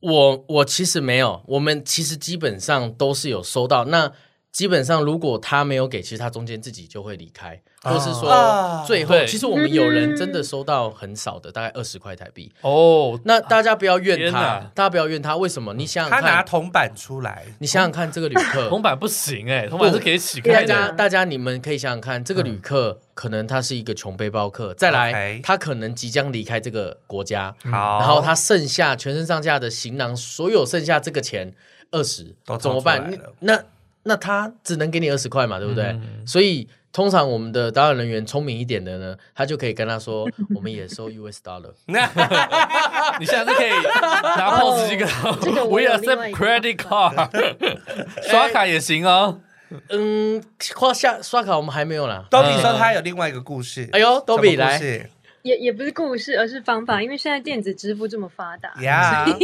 我我其实没有，我们其实基本上都是有收到。那基本上如果他没有给，其实他中间自己就会离开，
啊
或是
啊
说最后
对，
其实我们有人真的收到很少的，大概二十块台币。
哦，
那大家不要怨
天
他
哪，
大家不要怨他，为什么？你想
他
想
拿
看，
铜板出来，
你想想看这个旅客
铜，板不行哎、铜板是可以洗
大
开
对
的。
家
啊
大家你们可以想想看，这个旅客可能他是一个穷背包客，再
OK
来他可能即将离开这个国家，
好，
嗯然 <laughs> 后他剩下全身上下的行囊，所有剩下这个钱二十
都，掏
怎么
出来
办？你
了嗯
那那他只能给你二十块嘛，对不对？所以通常我们的导演人员聪明一点的呢，他就可以跟他说，我们也收 US dollar。
你下次可以拿 POS 机跟他
这个
We
我有另
accept
外一个
credit card，刷卡也行哦。
嗯，花下刷卡我们还没有啦。
都比说他有另外一个故事，
哎呦，
什
都
么
比
故
来，
事
也也不是故事，而是方法，因为现在电子支付这么发达，
<laughs> 呀，
可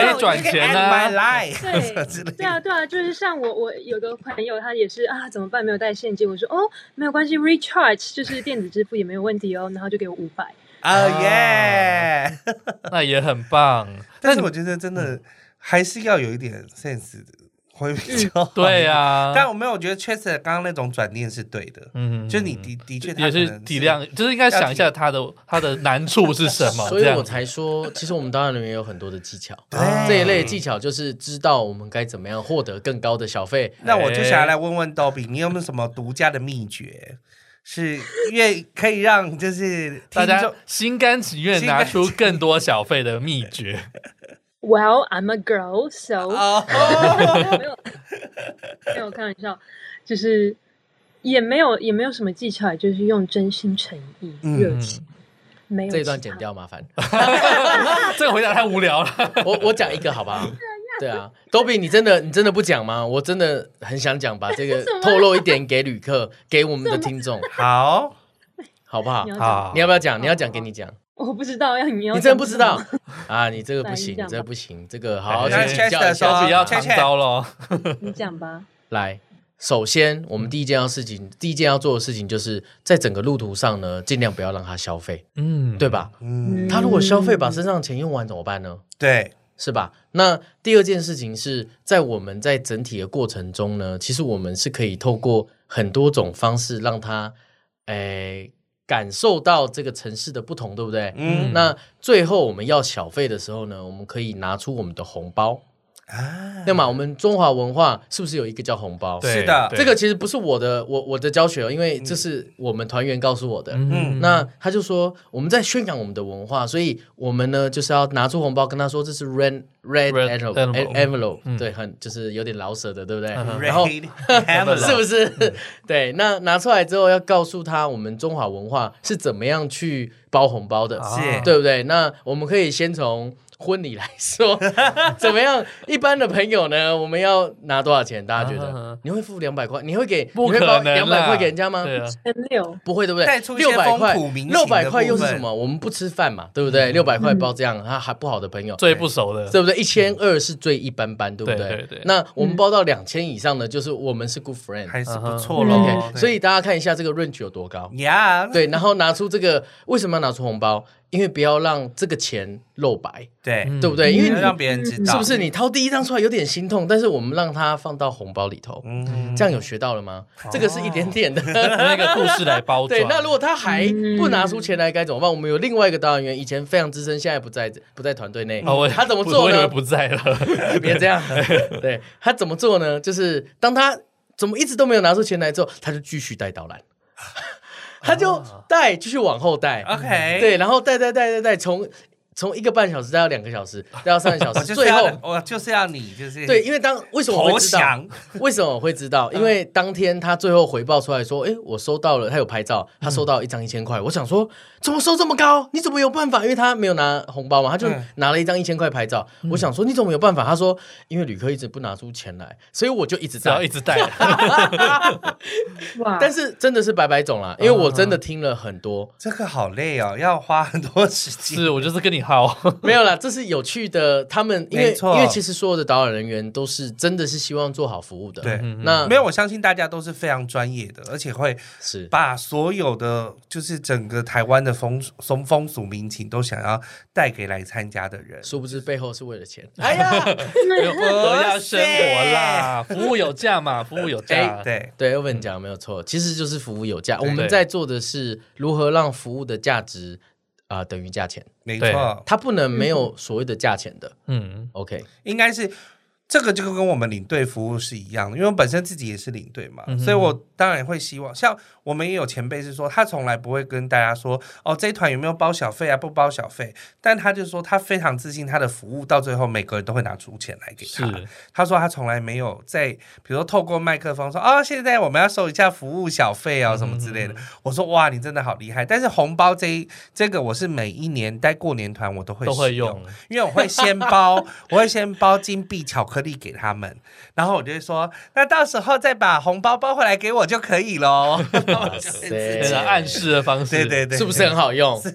以转钱啊
My life，什么 <laughs> 之
<laughs> 对，
类
对啊，
的。
对啊，就是像我，我有个朋友，他也是啊，怎么办？没有带现金，我说哦，没有关系，recharge 就是电子支付也没有问题哦，然后就给我五百。
哦耶！
哦那也很棒。
但是我觉得真的还是要有一点 sense 的会比较好。
对，啊，
<laughs> 但我没有我觉得 Chester 刚刚那种转念是对的，
嗯
就你的的确他
也
可
是
能
体谅，就是应该想一下他的他的难处是什么，
所以
这样
我才说，其实我们导演人员有很多的技巧。
对
这一类技巧就是知道我们该怎么样获得更高的小费，
那我
哎
就想要来问问豆比，你有没有什么独家的秘诀，是越可以让就是
大
听
家
众
心甘情愿拿出更多小费的秘诀。
Well, I'm a
<laughs>
girl, so
<laughs>
哦，
没有没有开玩笑，就是也没有也没有什么技巧，就是用真心诚意、
嗯
热情，没有
这一段
其他
剪。掉麻烦。
这个回答太无聊了。
我我讲一个好不好？对啊，多比，你真的你真的不讲吗？我真的很想讲，把这个
什么
透露一点给旅客，给我们的听众，
好，
好不好
你？要
好
讲，
你要不要讲？
好
你要讲，给你讲。
我不知道要你要
你真
讲
的不知
什么
道啊？你这个不行，
来你讲吧
你这个不行，这个好好
那
去请教一
Chester 说
下。
小比要长
切切
招喽。
你讲吧。
来，首先我们第一件要事情，第一件要做的事情就是在整个路途上呢，尽量不要让他消费，
嗯，
对吧？
嗯，
<laughs> 他如果消费把
嗯
身上的钱用完怎么办呢？
对，
是吧？那第二件事情是在我们在整体的过程中呢，其实我们是可以透过很多种方式让他，诶、感受到这个城市的不同，对不对？
嗯
那最后我们要小费的时候呢，我们可以拿出我们的红包。
嗯
啊，
那么我们中华文化是不是有一个叫红包？
对
是的
对
这个其实不是我的，我我的教学哦，因为这是我们团员告诉我的。
嗯
那他就说我们在宣扬我们的文化，所以我们呢就是要拿出红包跟他说这是 red red
Red
envelope 哎
envelope
envelope，、
嗯
对，很就是有点老舍的，对不对？
嗯哼嗯
然后
Red
<laughs>
Hammer
是不 <laughs> 是？对，那拿出来之后要告诉他我们中华文化是怎么样去包红包的，
啊是
对不对？那我们可以先从婚礼来
<laughs>
说，怎么样？一般的朋友呢，我们要拿多少钱？大家觉
啊啊啊
得你会付两百块？你会给
不可能
两百
啦
块给人家吗？
对啊，
千六，
不会，对不对？
带出一些
六百块
风土民，情的
六百块又是
部分嗯
什么？我们不吃饭嘛，对不对？六百块包这样，他还不好的朋友，
嗯最不熟的，
对不对？一千二是最一般般，对不
对对对
那我们包到两千以上的，就是我们是 good friend。
还是
嗯
不
哼
错
嗯
喽
OK，。所以大家看一下这个 range 有多高。
呀，
对，然后拿出这个，为什么要拿出红包？因为不要让这个钱露白，
对，
嗯
对不对？因为
要
你
让别人知道，
是不是你掏第一张出来有点心痛，但是我们让它放到红包里头，
嗯？哦
这样有学到了吗？这个是一点点的。
用那个故事来包装。
对，那如果他还不拿出钱来该怎么办？我们有另外一个导演员，以前非常资深，现在不在不在团队内
哦，我，
他怎么做
我以为
呢？
不在了， <laughs>
别这样， <laughs> 对他怎么做呢？就是当他怎么一直都没有拿出钱来之后，他就继续带导览， <laughs> 他就带继续往后带，
啊哎
OK？
嗯对，然后带带带带带，从从一个半小时带到两个小时，带到三个
<laughs>
小
哦
我
时，
就
最
是要
后
我就是要你，就是
对，因为当为什么我
投
会知道？
降，
<laughs> 为什么我会知道？因为当天他最后回报出来说：“哎、我收到了，他有拍照，他收到一张一千块。”我想说，怎么收这么高？你怎么有办法？因为他没有拿红包嘛，他就
嗯
拿了一张一千块拍照。我想说，你怎么有办法？他说，因为旅客一直不拿出钱来，所以我就一直
只要
在
一。直带，
哇！
但是真的是白白种啦，因为我真的听了很多。
这个好累哦，要花很多时间。
是我就是跟你
<laughs>
耗。
没有啦，这是有趣的。他们因
没
为
错
因为其实所有的导演人员都是真的是希望做好服务的。
对，
那
没有，我相信大家都是非常专业的，而且会
是
把所有的就是整个台湾的风风风俗民情都想要带给来参加的人。
殊不知背后是为了钱。哎呀，
有都要生活啦，服务有价
<laughs>
嘛，服务有
啊
价。
哎对，
对，Elvin 讲得没有错，其实就是服务有价。我们
对
在做的是如何让服务的价值啊、呃等于价钱，
没
对
错，
它不能
嗯
没有所谓的价钱的。
嗯，
OK，
应该是这个就跟我们领队服务是一样的，因为我本身自己也是领队嘛，
嗯哼
所以我当然会希望，像我们也有前辈是说，他从来不会跟大家说哦，这一团有没有包小费啊，不包小费，但他就说他非常自信，他的服务到最后每个人都会拿出钱来给
是
他。他说他从来没有在，比如说透过麦克风说啊、现在我们要收一下服务小费啊、什么之类
嗯
的。我说哇，你真的好厉害！但是红包这一这个，我是每一年带过年团我都会
都会
使
用，
因为我会先包，我会先包金币巧克力给他们，然后我就会说，那到时候再把红包包回来给我就可以喽。 <laughs>
哇塞
非常暗示的方式，
对 <laughs> 对对，
是不是很好用？
<laughs> 是超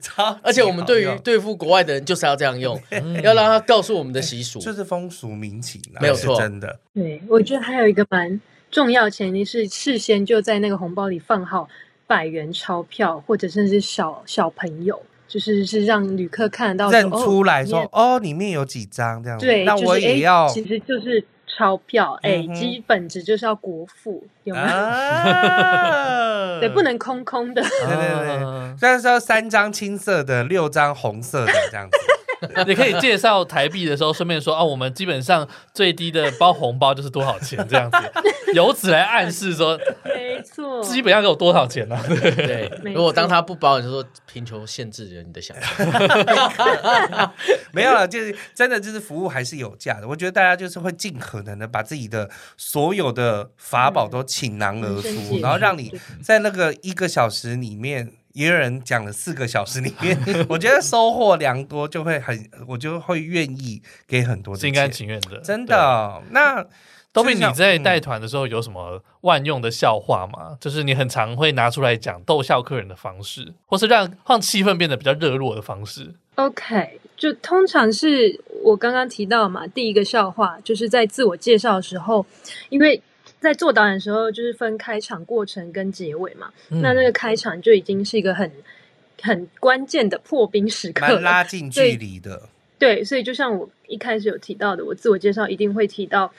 级好用？
而且我们对于对付国外的人就是要这样用，要让他告诉我们的习俗。
<laughs> 就是风俗民情、啊，
没有
是
错
真的。
对，我觉得还有一个蛮重要前提是事先就在那个红包里放好百元钞票，或者甚至小小朋友，就是是让旅客看得到
认出来说
哦
哦，里面有几张这样
里面
子，
对，
那
就是
我
诶
也要。
其实就是钞票，哎、
嗯哼
基本值就是要国父，有没有？
啊 <laughs>
<laughs> 对，不能空空的。
对
啊
对虽然说三张青色的，六张红色的这样子，
对，你可以介绍台币的时候，顺便说啊，我们基本上最低的包红包就是多少钱这
<laughs>
样子，由此来暗示说
没错，
基本上有多少钱呢、啊？对
对，
没
如果
错
当他不包，你就说贫穷限制了你的想
<laughs>
象。
没有了，啊就是真的就是服务还是有价的。我觉得大家就是会尽可能的把自己的所有的法宝都倾囊而
嗯
出，然后让你在那个一个小时里面。也有人讲了四个小时里面， <laughs> 我觉得收获良多，就会很，我就会愿意给很多的
心甘
钱
情愿的，
真的。哦那嗯
都比你在
带。
带团的时候有什么万用的笑话吗？就是你很常会拿出来讲逗笑客人的方式，或是让让气氛变得比较热络的方式。
OK，就通常是我刚刚提到嘛，第一个笑话就是在自我介绍的时候，因为在做导演的时候就是分开场、过程跟结尾嘛，
嗯
那那个开场就已经是一个很很关键的破冰时刻
蛮
了，
拉近距离的。
对，所以就像我一开始有提到的，我自我介绍一定会提到，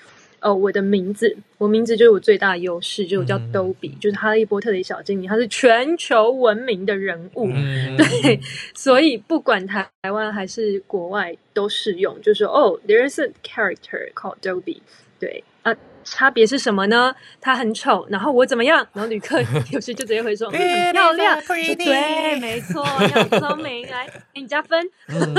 呃，我的名字，我名字就是我最大的优势，就是我叫
嗯嗯嗯
Dobby，、就是哈利波特里小精灵，他是全球闻名的人物，
嗯，
对，所以不管台湾还是国外都适用，就是哦、t h e r e is a character called Dobby，对啊。差别是什么呢？他很丑，然后我怎么样？然后旅客有时就直接会说嗯很漂亮，
Pretty,
对，没错，你很聪明，来给你加分。
嗯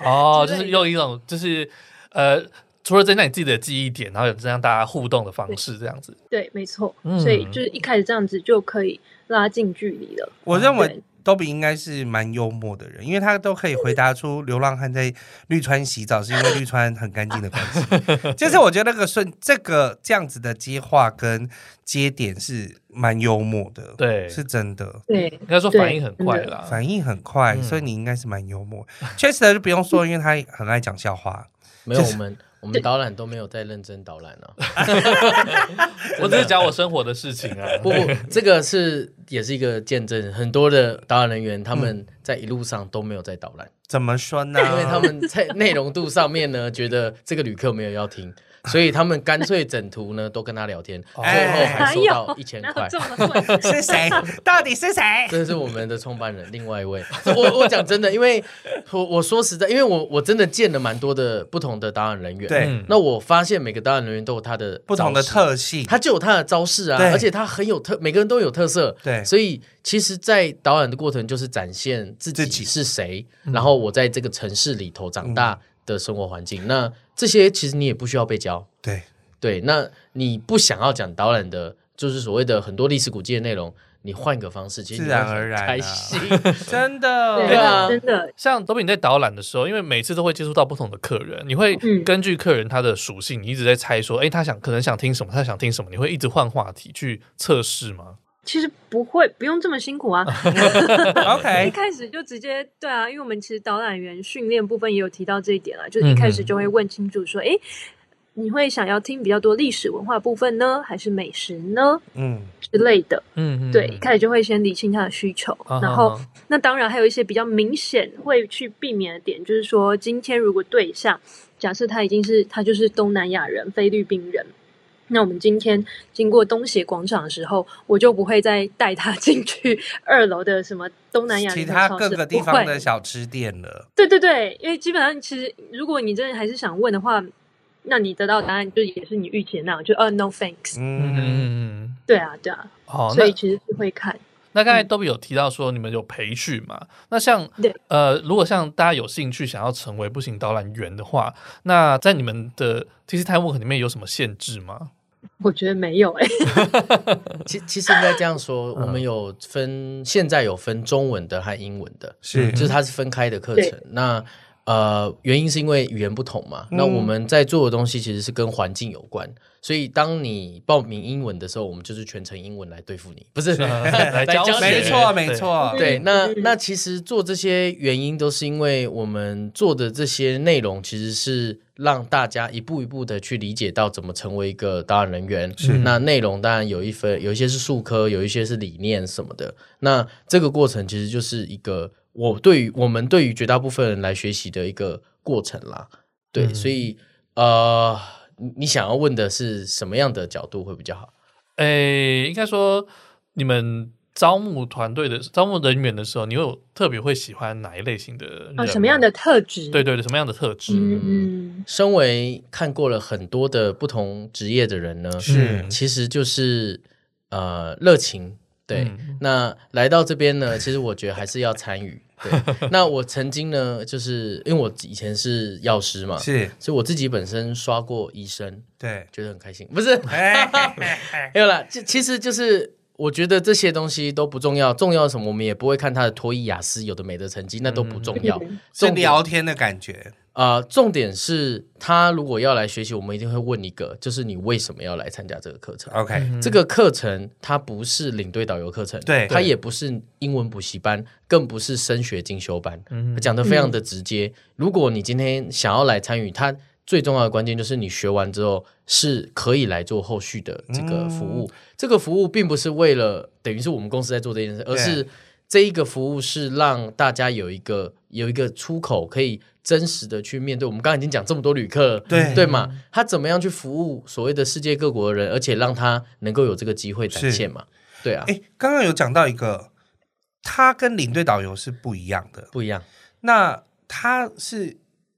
哦，就
之类的
是用一种就是呃，除了增加你自己的记忆点，然后有这样大家互动的方式，这样子。
对，没错，
嗯
所以就是一开始这样子就可以拉近距离了。
嗯
我认为
对
多比应该是蛮幽默的人，因为他都可以回答出流浪汉在绿川洗澡是因为绿川很干净的
<laughs>
关系。就是我觉得那个顺这个这样子的接话跟接点是蛮幽默的，
对
是真
嗯
的。
对，
应该说反应很快
对
啦。
反应很快，
嗯
所以你应该是蛮幽默。确实就不用说，因为他很爱讲笑话。
没有我
<laughs>
们我们导览都没有在认真导览啊。
我只是讲我生活的事情啊。
不不，这个是也是一个见证，很多的导览人员他
嗯
们在一路上都没有在导览，
怎么说
<laughs>
呢？
因为他们在内容度上面呢，觉得这个旅客没有要听。所以他们干脆整图呢都跟他聊天，
哦
最后还
哪
收
有
到一千
哎哪
块
有。这
<laughs>
么混？
是谁？到底是谁？
这是我们的创办人，另外一位。我我讲真的，因为我我说实在，因为我我真的见了蛮多的不同的导演人员。
对
嗯
那我发现每个导演人员都有他的
不同的
招式，
特性，
他就有他的招式啊
对，
而且他很有特，每个人都有特色。
对
所以其实，在导演的过程就是展现自
自
己
己嗯
是谁，然后我在这个城市里头长大的生活环境。那这些其实你也不需要被教，
对
对，那你不想要讲导览的，就是所谓的很多历史古迹的内容，你换个方式，其实
自
你
然
会很
而然啊
开心。
真的，
对啊
真的，
像都比你在导览的时候，因为每次都会接触到不同的客人，你会
嗯
根据客人他的属性，你一直在猜说，哎、他想可能想听什么，他想听什么，你会一直换话题去测试吗？
其实不会，不用这么辛苦啊。一
OK，
开始就直接对啊，因为我们其实导览员训练部分也有提到这一点啦，就是一开始就会问清楚说，诶，你会想要听比较多历史文化部分呢，还是美食呢
嗯，
之类的？
嗯，啊
对，一开始就会先理清他的需求，然后那当然还有一些比较明显会去避免的点，就是说今天如果对象假设他已经是他就是东南亚人、菲律宾人。那我们今天经过东协广场的时候，我就不会再带他进去二楼的什么东南亚
其
人
他
超市
各个地
不
方
会
的小吃店了，
对对对，因为基本上其实如果你真的还是想问的话，那你得到答案就也是你预期的那样，就呃、no thanks。
嗯
嗯，哦
嗯嗯，
对啊，对啊，
好，
所
那
以其实是会看。
那刚才都比有提到说你们有培训嘛？那像
对
呃，如果像大家有兴趣想要成为步行导览员的话，那在你们的 T C Time Work 里面有什么限制吗？
我觉得没有哎、
其其实应该这样
<laughs>
说，我们有分，现在有分中文的和英文的，
是
嗯
就是它是分开的课程
对。
那呃，原因是因为语言不同嘛。
嗯
那我们在做的东西其实是跟环境有关，所以当你报名英文的时候，我们就是全程英文来对付你，不
<laughs>
是？<laughs>
来教
教
学，
学
没错没错，
对，
嗯
那
嗯
那其实做这些原因都是因为我们做的这些内容其实是让大家一步一步的去理解到怎么成为一个导演人员。
是
那内容当然有一分，有一些是术科，有一些是理念什么的。那这个过程其实就是一个我对于我们对于绝大部分人来学习的一个过程啦。对，
嗯
所以呃，你你想要问的是什么样的角度会比较好？
诶，哎应该说你们招募团队的招募人员的时候，你有特别会喜欢哪一类型的
嗯
人吗、
啊，什么样的特质？
对对对，什么样的特质？
嗯嗯，
身为看过了很多的不同职业的人呢，
是
嗯
其实就是呃热情。对，
嗯
那来到这边呢，其实我觉得还是要参与。
<laughs>
对，那我曾经呢，就是因为我以前是药师嘛，
是，
所以我自己本身刷过医生，
对，哎
觉得很开心。不是， <laughs> 没有啦，这其实就是。我觉得这些东西都不重要，重要是什么我们也不会看他的托伊雅思有的没的成绩，那都不重要。
嗯
是
重点
聊天的感觉，
呃，重点是他如果要来学习，我们一定会问一个，就是你为什么要来参加这个课程？
嗯
OK，
这个课程它不是领队导游课程，
对
它也不是英文补习班，更不是升学进修班，
嗯
讲的非常的直接。如果你今天想要来参与，它最重要的关键就是你学完之后是可以来做后续的这个服务。这个服务并不是为了等于是我们公司在做这件事，而是这一个服务是让大家有一个有一个出口，可以真实的去面对。我们刚刚已经讲这么多旅客了，
对
对嘛？他怎么样去服务所谓的世界各国的人，而且让他能够有这个机会展现嘛？对啊，
哎，刚刚有讲到一个，他跟领队导游是不一样的，
不一样，
那他是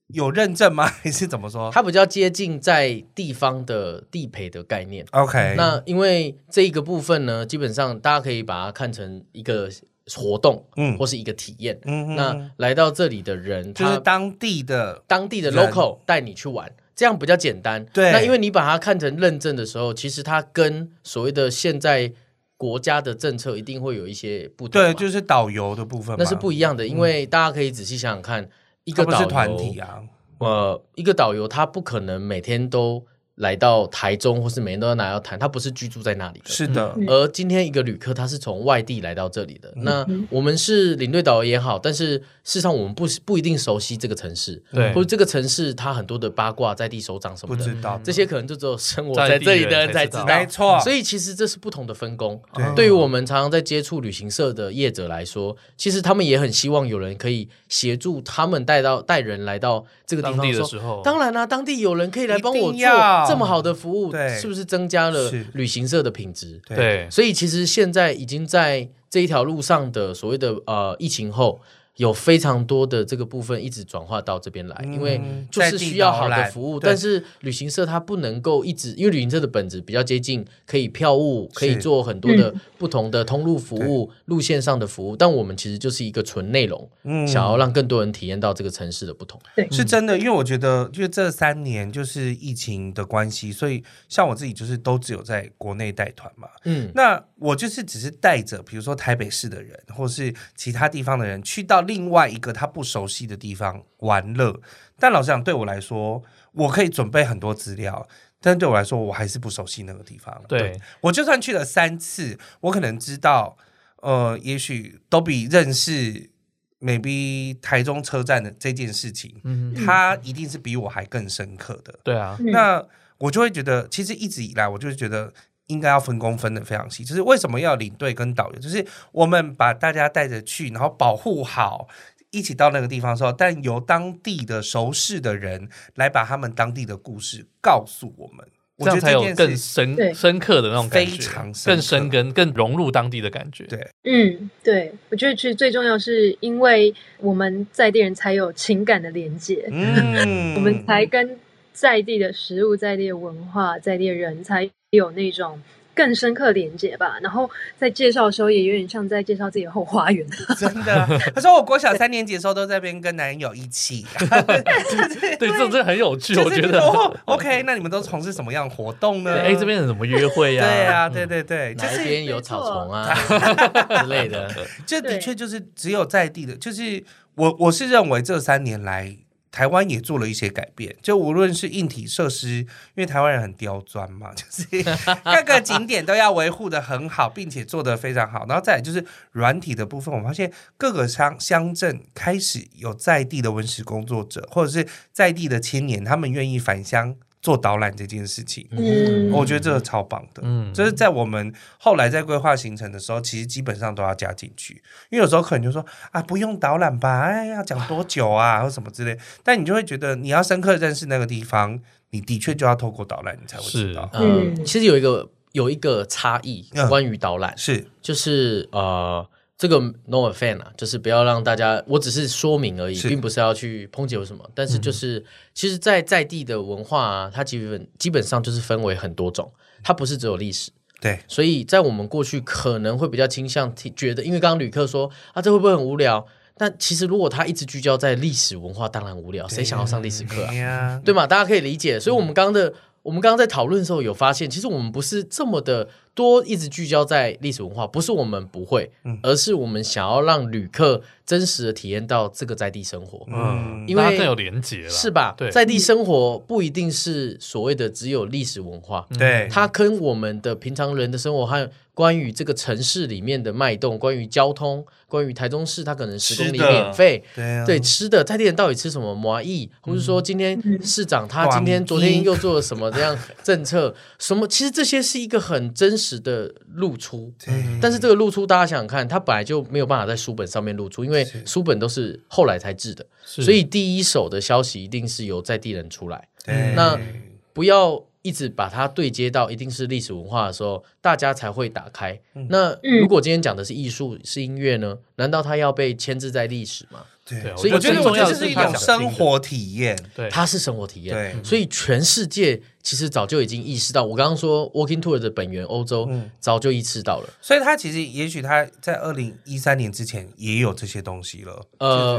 有认证吗？ <laughs> 还是怎么说
它比较接近在地方的地陪的概念。
？OK，
那因为这一个部分呢，基本上大家可以把它看成一个活动，
嗯
或是一个体验。
嗯哼
那来到这里的人，
就
他
是当地的，
当地的
人
local 带你去玩，这样比较简单。
对
那因为你把它看成认证的时候，其实它跟所谓的现在国家的政策一定会有一些不同嘛，
对，就是导游的部分嘛，
那是不一样的，因为大家可以仔细想想看，一
它
个
不
导
是
游
团体啊，
呃，一个导游他不可能每天都来到台中，或是每天都要来到台，他不是居住在那里的。
是的，
嗯
而今天一个旅客他是从外地来到这里的，那
嗯
我们是领队导游也好，但是事实上我们不不一定熟悉这个城市，
对
或者这个城市它很多的八卦在地首长什
不
么的，
知道
这些可能就只有生活
在
在
地
这里的
人
人
才
才
知
知
道
道，
没错，
所以其实这是不同的分工。
对
对于我们常常在接触旅行社的业者来说，其实他们也很希望有人可以协助他们带到带人来到这个地
当
方
地的
说
时候，
当然啦、当地有人可以来帮我
一
做
定要
这么好的服务
对，
是不是增加了
是
旅行社的品质？
对
所以其实现在已经在这一条路上的所谓的呃疫情后，有非常多的这个部分一直转化到这边来，
嗯
因为就是需要
在
好
地导
的
览
服务，
对
但是旅行社它不能够一直，因为旅行社的本质比较接近，可以票务，可以做很多的不同的通路服务、路线上的服务，但我们其实就是一个纯内容，
嗯
想要让更多人体验到这个城市的不同。
是真的，因为我觉得，因为这三年就是疫情的关系，所以像我自己就是都只有在国内带团嘛。
嗯，
那我就是只是带着，比如说台北市的人，或是其他地方的人，去到另外一个他不熟悉的地方玩乐。但老实讲，对我来说，我可以准备很多资料，但对我来说，我还是不熟悉那个地方。
对
我就算去了三次，我可能知道，呃，也许都比认识 maybe 台中车站的这件事情，
嗯，
它一定是比我还更深刻的。
对啊，
嗯
那我就会觉得，其实一直以来，我就是觉得应该要分工分的非常细。就是为什么要领队跟导游？就是我们把大家带着去，然后保护好。一起到那个地方的时候，但由当地的熟识的人来把他们当地的故事告诉我们，我
这样
觉得
才
这
有
件
更
事
深
对
深刻的那种感觉，
非常深刻
更深根、更融入当地的感觉。
对
嗯，对，我觉得其实最重要是因为我们在地人才有情感的连接，
嗯，
我
<laughs>
们才跟在地的食物、在地的文化、在地的人才有那种更深刻的连接吧。然后在介绍的时候，也有点像在介绍自己的后花园。
真的。啊他说我国小三年级的时候都在那边跟男友一
<laughs>
起，
对，这种真的很有趣，
就
我
是
觉
你
得
说。哦 OK，那你们都从事什么样的活动呢？
对哎，这边怎么约会呀？
对啊，
嗯
对对对，就
哪一
是
边有草丛啊
<laughs>
之类的？
这的
对
确就是只有在地的，就是我我是认为这三年来。台湾也做了一些改变，就无论是硬体设施，因为台湾人很刁钻嘛， <laughs> 就是
<laughs>
各个景点都要维护的很好，并且做得非常好。然后再来就是软体的部分，我发现各个乡乡镇开始有在地的文史工作者，或者是在地的青年，他们愿意返乡做导览这件事情。
<laughs> 嗯
哦
我觉得这个超棒的，
嗯
嗯，就是在我们后来在规划行程的时候，其实基本上都要加进去，因为有时候可能就说啊，不用导览吧，哎，要讲多久啊，或什么之类，但你就会觉得你要深刻认识那个地方，你的确就要透过导览你才会知道，
嗯，
嗯
其实有一个有一个差异
嗯
关于导览，
是
就是呃，这个 no offense 啊，就是不要让大家，我只是说明而已，
是
并不是要去抨击有什么。但是就是，其实，在在地的文化啊，它基本基本上就是分为很多种，它不是只有历史。
对，
所以在我们过去可能会比较倾向听觉得，因为刚刚旅客说啊，这会不会很无聊？但其实如果他一直聚焦在历史文化，当然无聊，谁想要上历史课
对？
啊
哎呀，
对
嗯
嘛？大家可以理解。所以，我们刚刚的，我们刚刚在讨论的时候有发现，其实我们不是这么的多，一直聚焦在历史文化，不是我们不会，
嗯
而是我们想要让旅客真实的体验到这个在地生活，
嗯，
因
大家更有
为
连结了，
是吧
对，？
在地生活不一定是所谓的只有历史文化。
嗯
对，
它跟我们的平常人的生活和关于这个城市里面的脉动，关于交通，关于台中市，它可能十公里
吃的
免费，
对啊
对，吃的，在地人到底吃什么麻意，或是说今天市长他今天、
嗯
昨天又做了什么这样政策，什么？其实这些是一个很真实的露出。
对
但是这个露出，大家想想看，它本来就没有办法在书本上面露出，因为书本都是后来才制的，
是
所以第一手的消息一定是由在地人出来。
对
那不要一直把它对接到一定是历史文化的时候，大家才会打开。那
嗯
如果今天讲的是艺术、是音乐呢？难道它要被牵制在历史吗？
对啊
对，
我觉得
我觉得
最
我
重
觉
要
得
的
这是一
他
种
想
生
听的，
活体验，
对，
它是生活体验。
对
所以全世界其实早就已经意识到，我刚刚说 Walking Tour 的本源欧洲、
嗯
早就意识到了。
所以他其实也许他在二零一三年之前也有这些东西了，
呃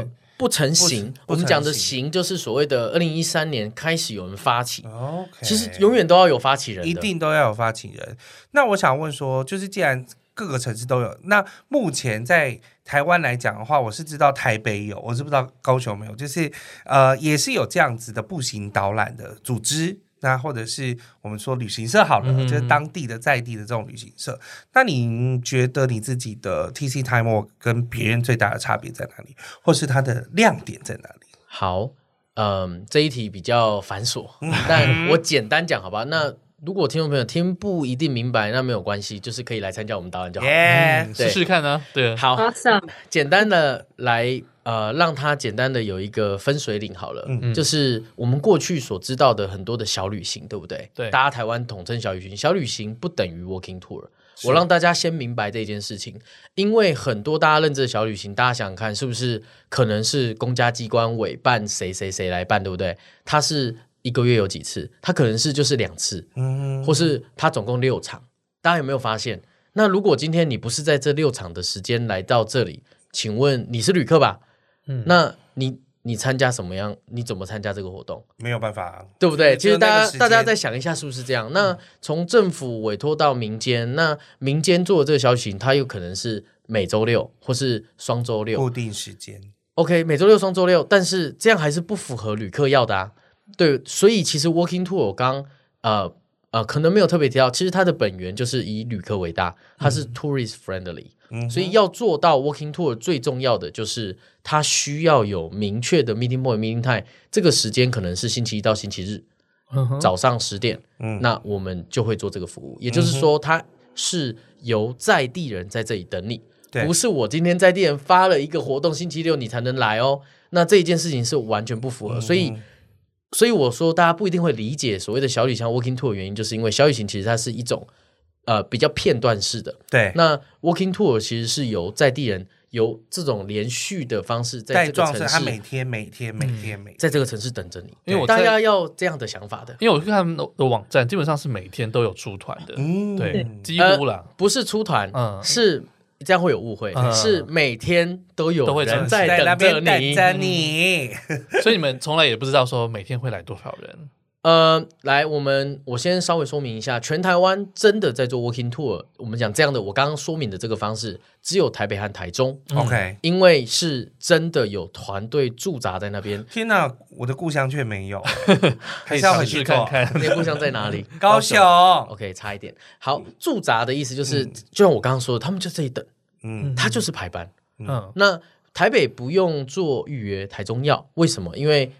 就是，
不成
不
形，
不
我们讲
成
的
形
形就是所谓的二零一三年开始有人发起，
，OK，
其实永远都要有发起人的，
一定都要有发起人。那我想问说，就是既然各个城市都有。那目前在台湾来讲的话，我是知道台北有，我是不知道高雄没有，就是呃，也是有这样子的步行导览的组织。那或者是我们说旅行社好了，
嗯
就是当地的在地的这种旅行社。那你觉得你自己的 TC Time Walk 跟别人最大的差别在哪里，或是它的亮点在哪里？
好，嗯，这一题比较繁琐，
嗯
但我简单讲好吧。那如果听众朋友听不一定明白，那没有关系，就是可以来参加我们导演就好。
耶、
试试看呢、对，
好，
<laughs>
<laughs>
Awesome，
简单的来呃，让它简单的有一个分水岭好了，
嗯
就是我们过去所知道的很多的小旅行，对不对？
对
大家台湾统称小旅行，小旅行不等于 walking tour。我让大家先明白这件事情，因为很多大家认知的小旅行，大家想想看，是不是可能是公家机关委办谁谁谁来办，对不对？它是一个月有几次？它可能是就是两次，
嗯
或是它总共六场，大家有没有发现？那如果今天你不是在这六场的时间来到这里，请问你是旅客吧？
嗯
那你你参加什么样？你怎么参加这个活动？
没有办法，
对不对？其
就
实
是那
大
个时
家
间嗯
大家再想一下，是不是这样？那从政府委托到民间，那民间做的这个消息，它有可能是每周六或是双周六，
固定时间，
OK，每周六、双周六，但是这样还是不符合旅客要的啊。对，所以其实 Walking Tour 我刚呃呃可能没有特别提到，其实它的本源就是以旅客为大，它是 tourist friendly，、
嗯，
所以要做到 Walking Tour 最重要的就是它需要有明确的 meeting point、meeting time，这个时间可能是星期一到星期日早上十点，
嗯
那我们就会做这个服务。也就是说，它是由在地人在这里等你，
对
不是我今天在地人发了一个活动，星期六你才能来哦。那这一件事情是完全不
嗯
符合，所以。所以我说，大家不一定会理解所谓的小旅行 （walking tour） 的原因，就是因为小旅行其实它是一种呃比较片段式的。
对，
那 walking tour 其实是由在地人由这种连续的方式在
带
这个
状
城
是他每
市，
天每天每天每天，
在这个城市等着你。
因为我
大
在
家要这样的想法的。
因为我去看他们的网站，基本上是每天都有出团的，
嗯
对，几
呃
乎啦，
不是出团，
嗯
是这样会有误会，
嗯
是每天都有
都会
人
存
在
在那
等着
边等
你。
着你，嗯
所以你们从来也不知道说每天会来多少人，
呃，来，我们我先稍微说明一下，全台湾真的在做 walking tour，我们讲这样的，我刚刚说明的这个方式，只有台北和台中，
OK，。
因为是真的有团队驻扎在那边
<laughs> 天哪，我的故乡却没
<laughs>
有，
可
还
以
是要
尝
回
试
去
看
看。
看。
你的故乡在哪里？
<laughs> 高雄，
OK，差一点。好，驻扎的意思就是，就像我刚刚说的，他们就这一等，
嗯，
他就是排班。
嗯，
那台北不用做预约，台中要为什么？因为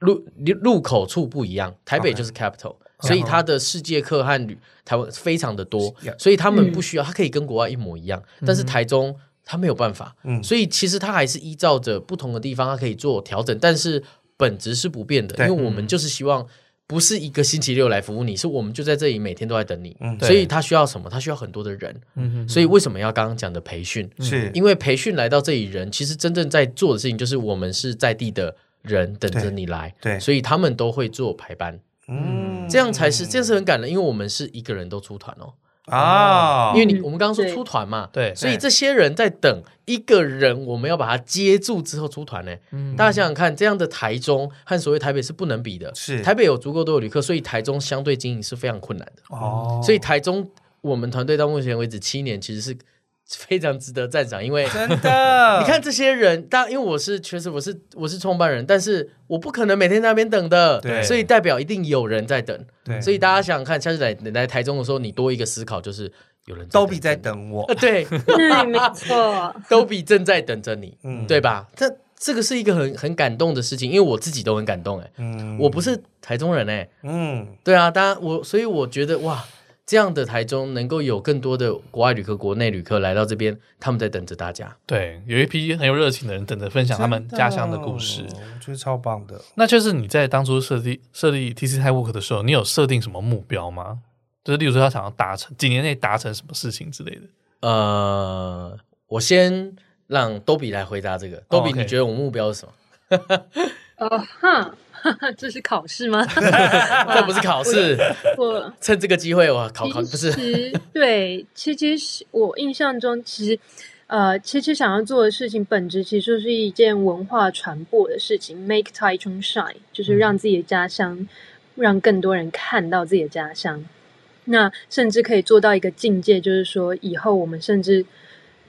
入入口处不一样，台北
OK 嗯
就是 capital，、所以它的世界客和旅台湾非常的多
Yeah
所以他
嗯
们不需要，它可以跟国外一模一样，但是台中它没有办法，
嗯
所以其实它还是依照着不同的地方，它可以做调整，但是本质是不变的，
对嗯
因为我们就是希望。不是一个星期六来服务你，是我们就在这里每天都在等你，
嗯对嗯
所以他需要什么？他需要很多的人，所以为什么要刚刚讲的培训？
是
因为培训来到这里人，其实真正在做的事情就是我们是在地的人等着你来，
对
所以他们都会做排班，
嗯
这样才是，这样是很感人，因为我们是一个人都出团哦，
啊，
因为你
嗯
我们刚刚说
对
出团嘛，
对
所以这些人在等一个人，我们要把他接住之后出团呢。
嗯
嗯
大家想想看，这样的台中和所谓台北是不能比的，
是
台北有足够多的旅客，所以台中相对经营是非常困难的。
哦，
所以台中我们团队到目前为止七年，其实是非常值得赞赏，因为
真的，
你看这些人，但因为我是确实我是我是创办人，但是我不可能每天在那边等的，
对
所以代表一定有人在等，
对
所以大家想想看，下次来来台中的时候，你多一个思考，就是有人
都比在
等
等我
着，你，呃， <laughs> 对，
嗯，没错，
都比正在等着你，
<laughs> 嗯
对吧？这这个是一个很很感动的事情，因为我自己都很感动，哎，
嗯
我不是台中人，哎，
嗯
对啊，当然我，所以我觉得哇，这样的台中能够有更多的国外旅客、国内旅客来到这边，他们在等着大家。
对，有一批很有热情的人等着分享他们家乡的哦故事
真。的我觉得超棒的。
那就是你在当初设计设立 TC High Work 的时候，你有设定什么目标吗？就是例如说，要想要达成几年内达成什么事情之类的。
呃，我先让多比来回答这个。多比，
哦 OK
你觉得我目标是
<laughs>
什么？
哦哈，这是考试吗？
<laughs> 这不是考试，
<laughs> 我
趁这个机会我考
<laughs> 其
考不是。
实对，其其实我印象中，其实呃，其实想要做的事情，本质其实就是一件文化传播的事情，make Taichung shine，就是让自己的家乡，让更多人看到自己的家乡。那甚至可以做到一个境界，就是说以后我们甚至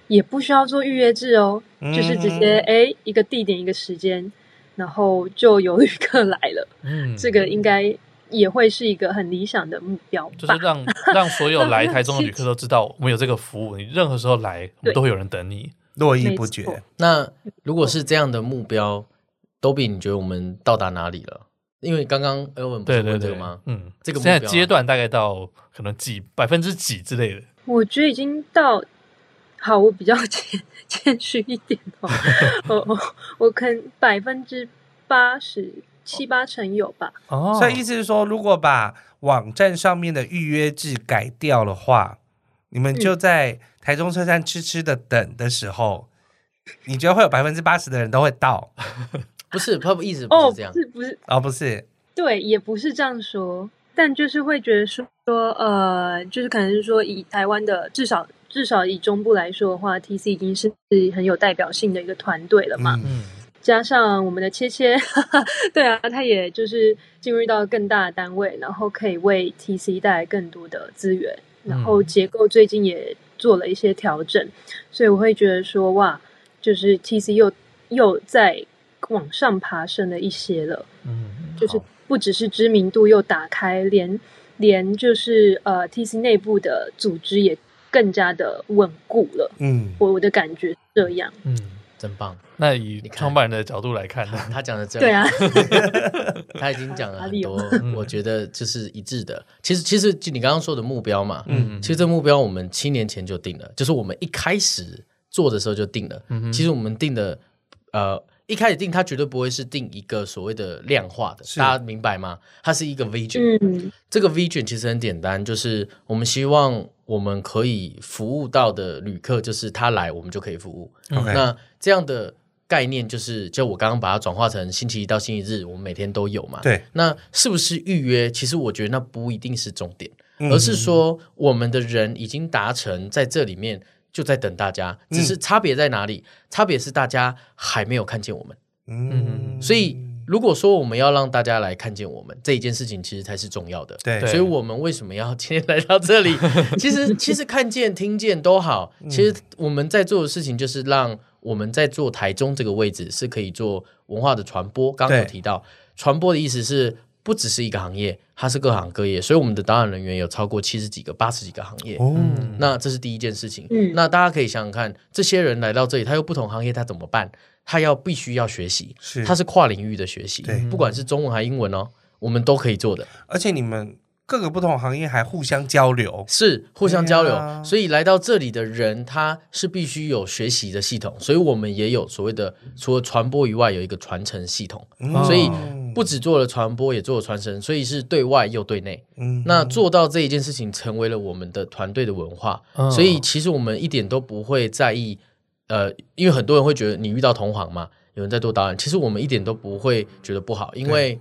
也不需要做预约制哦，就是直接哎一个地点一个时间，然后就有旅客来了。
嗯
这个应该也会是一个很理想的目标
就是
吧。
让让所有来台中的旅客都知道，我们有这个服务，你任何时候来，我们
对
都会有人等你。
络绎不
没错
绝。
那如果是这样的目标，都比你觉得我们到达哪里了？因为刚刚 Elvin 不
对
是
对
问这
对
个吗，？
嗯，
这个目
现
标啊
在阶段大概到可能几百分之几之类的，
我觉得已经到，好，我比较 <laughs> 谦谦虚一点哦，我我我可能百分之八十七八成有吧。
哦
所以意思是说，如果把网站上面的预约制改掉的话，你们就在台中车站痴痴的等的时候，你觉得会有百分之八十的人都会到
不是，他不一直不
哦，
是这样
不。是不是，
哦？不是，
对，也不是这样说，但就是会觉得说，呃，就是可能是说以台湾的至少至少以中部来说的话，TC 已经是很有代表性的一个团队了嘛。
嗯，
嗯，
加上我们的切 <laughs> 切，对啊，他也就是进入到更大的单位，然后可以为 TC 带来更多的资源，然后结构最近也做了一些调整，所以我会觉得说，哇，就是 TC 又又在往上爬升了一些了，
嗯，
就是不只是知名度又打开，连连就是呃 TC 内部的组织也更加的稳固了，
嗯，
我我的感觉是这样。
嗯，
真棒，
那以
看
创办人的角度来看呢？
<laughs> 他讲的真
对啊，
他已经讲了
哪
很
里有
多，我觉得就是一致的。其实，其实就你刚刚说的目标嘛，
嗯
其实这个目标我们七年前就定了，就是我们一开始做的时候就定了。
嗯哼
其实我们定的，呃，一开始定它绝对不会是定一个所谓的量化的，
是
大家明白吗？它是一个 vision，、
嗯
这个 vision 其实很简单，就是我们希望我们可以服务到的旅客，就是他来我们就可以服务。
OK
那这样的概念就是，就我刚刚把它转化成星期一到星期日，我们每天都有嘛。。
对，
那是不是预约？其实我觉得那不一定是重点，
嗯
而是说我们的人已经达成在这里面就在等大家，只是差别在哪里？差别是大家还没有看见我们。
嗯
所以，如果说我们要让大家来看见我们这一件事情，其实才是重要的。
对
对
所以我们为什么要今天来到
<laughs>
这里？其实，其实看见、听见都好。
嗯
其实我们在做的事情就是让我们在做台中这个位置是可以做文化的传播。刚刚有
对
提到，传播的意思是不只是一个行业，它是各行各业。所以我们的导览人员有超过七十几个、八十几个行业。
哦，
嗯
嗯
那这是第一件事情。
嗯
那大家可以想想看，这些人来到这里，他又不同行业，他怎么办？他要必须要学习，
是
他是跨领域的学习
对，
不管是中文还英文哦，我们都可以做的，
而且你们各个不同行业还互相交流，
是互相交流。
对啊
所以来到这里的人，他是必须有学习的系统，所以我们也有所谓的除了传播以外，有一个传承系统，
嗯
所以不只做了传播，也做了传承，所以是对外又对内。
嗯
那做到这一件事情，成为了我们的团队的文化。
嗯
所以其实我们一点都不会在意，呃，因为很多人会觉得你遇到同行嘛，有人在做导演，其实我们一点都不会觉得不好，因为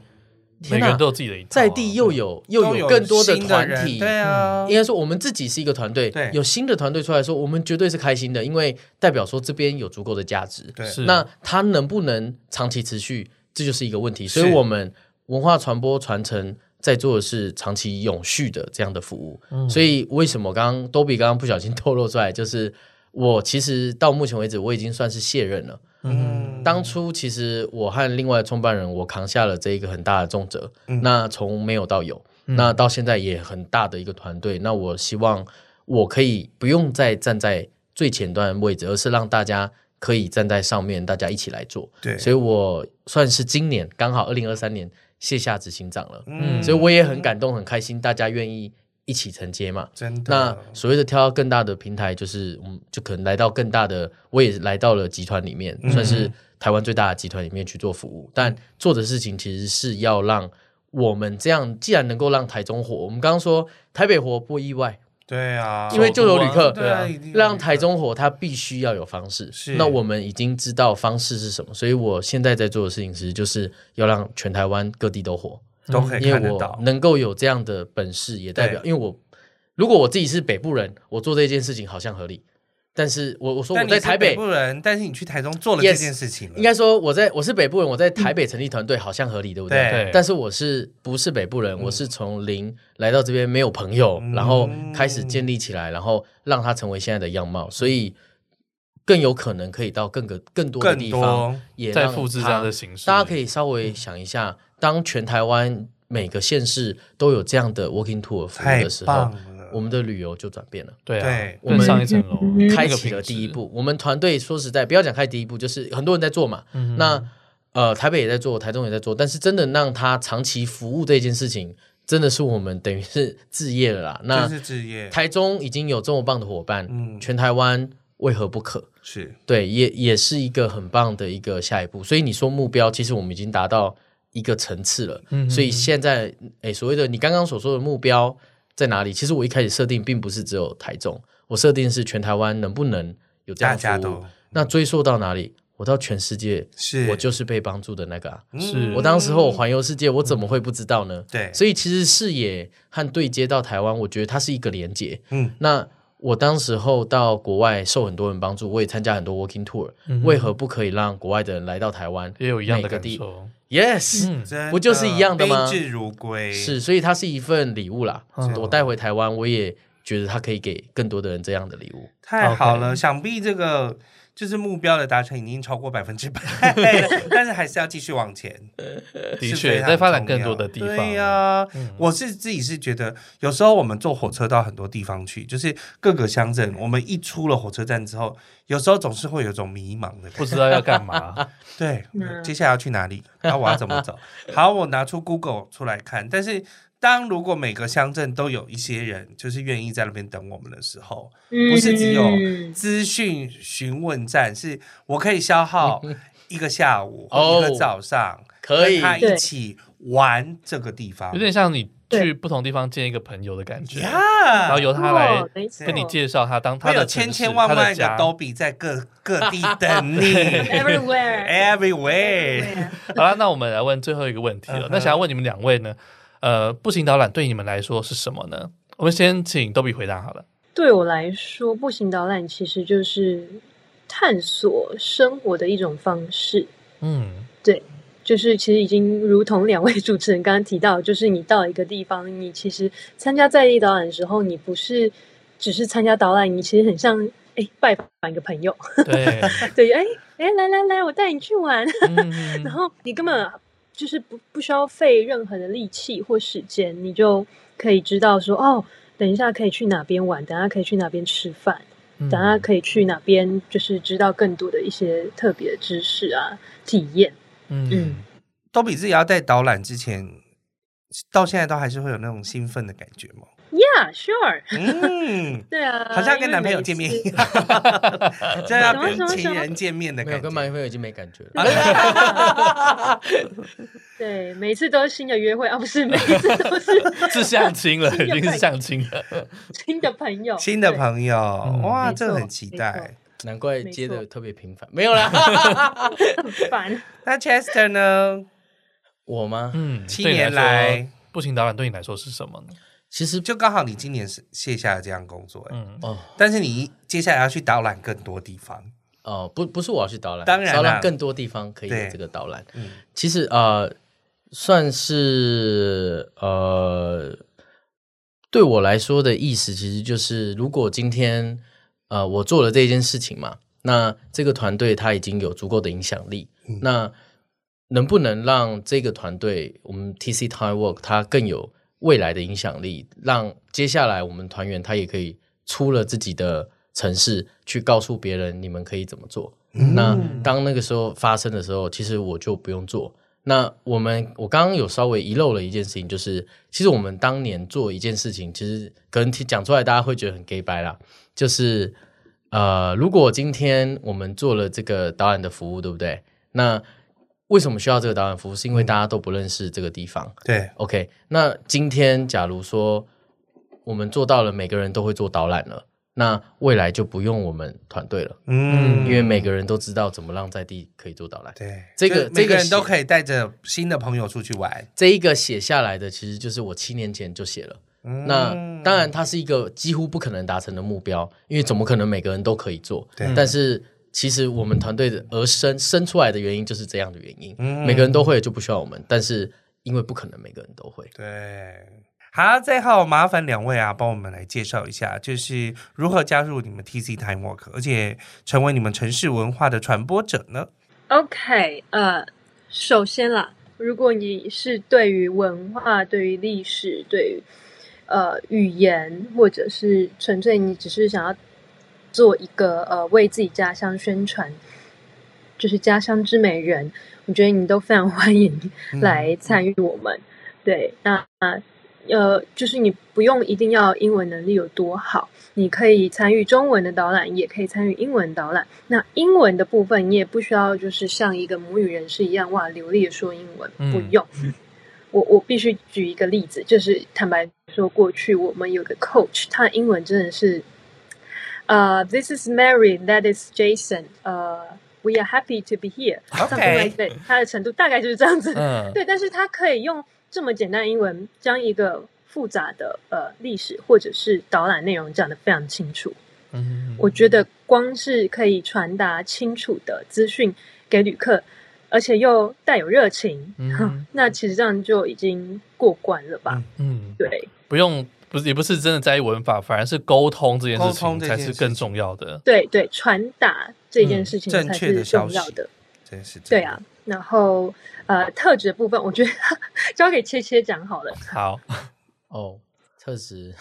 每
天
个
哪
人都有自己的一套啊
在地又有又
哦都
有更多的
新
团
人
体。
对啊，
应该说，我们自己是一个团队
对，
有新的团队出来说，我们绝对是开心的，因为代表说这边有足够的价值。
对
是嗯
那它能不能长期持续，这就是一个问题。
是
所以，我们文化传播传承在做的是长期永续的这样的服务。
嗯
所以，为什么刚刚多比刚刚不小心透露出来，就是我其实到目前为止我已经算是卸任了。
嗯
当初其实我和另外的创办人，我扛下了这一个很大的重责。
嗯
那从没有到有，
嗯
那到现在也很大的一个团队。那我希望我可以不用再站在最前端的位置，而是让大家可以站在上面，大家一起来做。
对，
所以我算是今年刚好二零二三年卸下执行长了，
嗯
所以我也很感动，很开心，大家愿意一起承接嘛。
真的
那所谓的跳到更大的平台，就是嗯，就可能来到更大的，我也来到了集团里面，
嗯
算是台湾最大的集团里面去做服务。但做的事情其实是要让我们这样，既然能够让台中火，我们刚刚说台北火不意外，
对啊，
因为就有旅客，
对啊，一定有
让台中火它必须要有方式。
是
那我们已经知道方式是什么，所以我现在在做的事情，其实就是要让全台湾各地都火。
都可以
因
看
为
得
我
到，
能够有这样的本事，也代表，因为我如果我自己是北部人，我做这件事情好像合理，但是我我说
但
我
你
在
是
台
北
北，
部人，但是你去台中做了这
Yes，
件事情了，
应该说我在我是北部人，我在台北成立团队好像合理，对不对？
对
但是我是不是北部人？我是从零来到这边，没有朋友，
嗯
然后开始建立起来，然后让它成为现在的样貌，所以更有可能可以到更个更多的
更
地方，
多
也
再
让
复制这
它
样的形式，
大家可以稍微想一下，当全台湾每个县市都有这样的 walking tour 服务
太
的时候
棒，了，
我们的旅游就转变了。
对啊
对，
我们
更上一层楼，
嗯
开
那个
启
品质
了第一步。我们团队说实在，不要讲开第一步，就是很多人在做嘛。
嗯
那呃，台北也在做，台中也在做，但是真的让他长期服务这件事情，真的是我们等于是置业了啦。那
这是职业，
台中已经有这么棒的伙伴，
嗯
全台湾为何不可？
是
对，也也是一个很棒的一个下一步。所以你说目标，其实我们已经达到一个层次了。
嗯
所以现在，诶，所谓的你刚刚所说的目标在哪里？其实我一开始设定并不是只有台中，我设定是全台湾能不能有这样
大
的服务
家都
那追溯到哪里？我到全世界，
是
我就是被帮助的那个、啊。
嗯
是
我当时候我环游世界，我怎么会不知道呢？
对，
所以其实视野和对接到台湾，我觉得它是一个连接。
嗯
那我当时候到国外受很多人帮助，我也参加很多 working tour，、
嗯哼
为何不可以让国外的人来到台湾？
也有一样的
每个
感
地
受，
Yes，、
嗯，
真的
不就是一样的吗
宾至如归
是，所以它是一份礼物啦。
嗯
我带回台湾，我也觉得它可以给更多的人这样的礼物。
太好
OK
了，想必这个就是目标的达成已经超过百分之百了，
<laughs>
但是还是要继续往前。
的
是
确
非常
在发展
重
更
要
多的地方，嗯
对呀、我是自己是觉得，有时候我们坐火车到很多地方去，就是各个乡镇，我们一出了火车站之后，有时候总是会有一种迷茫的感觉。
不知道要干嘛，
对，
嗯
接下来要去哪里？那、我要怎么走？好，我拿出 Google 出来看。但是，当如果每个乡镇都有一些人，就是愿意在那边等我们的时候，
不
是只
嗯
有资讯询问站是我可以
<laughs>
消耗一个下午或
哦
一个早上，
可以
跟他一起玩这个地方，
有点像你去
对
不同地方见一个朋友的感觉，然后
呀。
由他来
哦没错
跟你介绍他当他
会有
的
千
城市
千万
他
万
的家
个都比在
<laughs>
各各地等
<laughs>
你哎
everywhere。啊
，everywhere。
everywhere
好了，那我们来问最后一个问题
嗯
了
哼。
那想要问你们两位呢？呃，步行导览对你们来说是什么呢？我们先请豆比回答好了。
对我来说，步行导览其实就是探索生活的一种方式。
嗯，
就是其实已经如同两位主持人刚刚提到，就是你到一个地方，你其实参加在地导览的时候，你不是只是参加导览，你其实很像哎拜访一个朋友， <laughs>
对，
对，哎哎来来来，我带你去玩，
嗯
然后你根本就是不不需要费任何的力气或时间，你就可以知道说哦，等一下可以去哪边玩，等一下可以去哪边吃饭，
嗯
等一下可以去哪边，就是知道更多的一些特别的知识啊、体验。
嗯
嗯
都比自己要带导览之前，到现在都还是会有那种兴奋的感觉吗？
Yeah, sure.，
嗯
对啊，
好像跟
因为
男朋友
每
见面
次
一样， <laughs> 真的要
什么什
跟
么
情
什么
人见面的
没有
感
跟
觉。
男朋友已经没感觉了。
<laughs> 对，每次都是新的约会啊，不是每一次都是
是相亲
<laughs>
了，
新的
已经
朋
是
嗯友
相亲了。
新的朋友，
新的
对
朋友，
嗯
哇，
没
这
错
很期
没
待。
难怪接
没
的
错
特别频繁，没有
<laughs>
啦。
很烦。
那 Chester 呢？
我吗？
嗯，
七
对你
年
说，
来，
步行导览对你来说是什么呢？
其实
就刚好你今年是卸下了这样工作、哎
<laughs>
嗯，
哦
但是你接下来要去导览更多地方，
哦，不不是我要去导览，
当然啦
是要让更多地方可以
对
有这个导览。
嗯，
其实呃，算是呃，对我来说的意思，其实就是如果今天呃我做了这件事情嘛，那这个团队它已经有足够的影响力，那能不能让这个团队我们 TC Time Work 它更有未来的影响力，让接下来我们团员他也可以出了自己的城市去告诉别人你们可以怎么做。
嗯
那当那个时候发生的时候，其实我就不用做。那我们我刚刚有稍微遗漏了一件事情，就是其实我们当年做一件事情，其实可能提讲出来大家会觉得很 gay 白啦，就是呃，如果今天我们做了这个导演的服务，对不对？那为什么需要这个导演服务？是因为大家都不认识这个地方。
对，
OK，那今天假如说我们做到了，每个人都会做导览了，那未来就不用我们团队了。
嗯，
因为每个人都知道怎么让在地可以做导览。
对
这个
就是每
这个
个人
是
都可以带着新的朋友出去玩，
这一个写下来的，其实就是我七年前就写了。
嗯
那当然，它是一个几乎不可能达成的目标，因为怎么可能每个人都可以做？
对
但是其实我们团队的而生生出来的原因就是这样的原因，
嗯
每个人都会就不需要我们，但是因为不可能每个人都会。
对。好，最后麻烦两位啊，帮我们来介绍一下，就是如何加入你们 TC Time Work，而且成为你们城市文化的传播者呢？
OK，呃，首先啦，如果你是对于文化、对于历史、对于呃语言，或者是纯粹你只是想要做一个呃为自己家乡宣传，就是家乡之美人，我觉得你都非常欢迎
嗯
来参与我们。对，那呃，就是你不用一定要英文能力有多好，你可以参与中文的导览，也可以参与英文导览。那英文的部分，你也不需要就是像一个母语人士一样哇流利的说英文，不
嗯
用。我我必须举一个例子，就是坦白说，过去我们有个 coach，他英文真的是，呃、t h i s is Mary, that is Jason，呃、w e are happy to be here，something
OK
like that，他的程度大概就是这样子。
嗯，
对，但是他可以用这么简单的英文，将一个复杂的呃历史或者是导览内容讲得非常清楚。
嗯
我觉得光是可以传达清楚的资讯给旅客，而且又带有热情，
嗯哼
那其实这样就已经过关了吧？
嗯
嗯，
对，
不用，不是也不是真的在意文法，反而是沟通这件事
沟通
情
这件
才
事情
是更重要的。
对对，传达这件
嗯
事情
正
才
确
是
的消
重要
息
的。
真是
对啊，，然后呃，特质的部分，我觉得 <laughs> 交给切切讲好了。
好，
哦，
<laughs>
特质，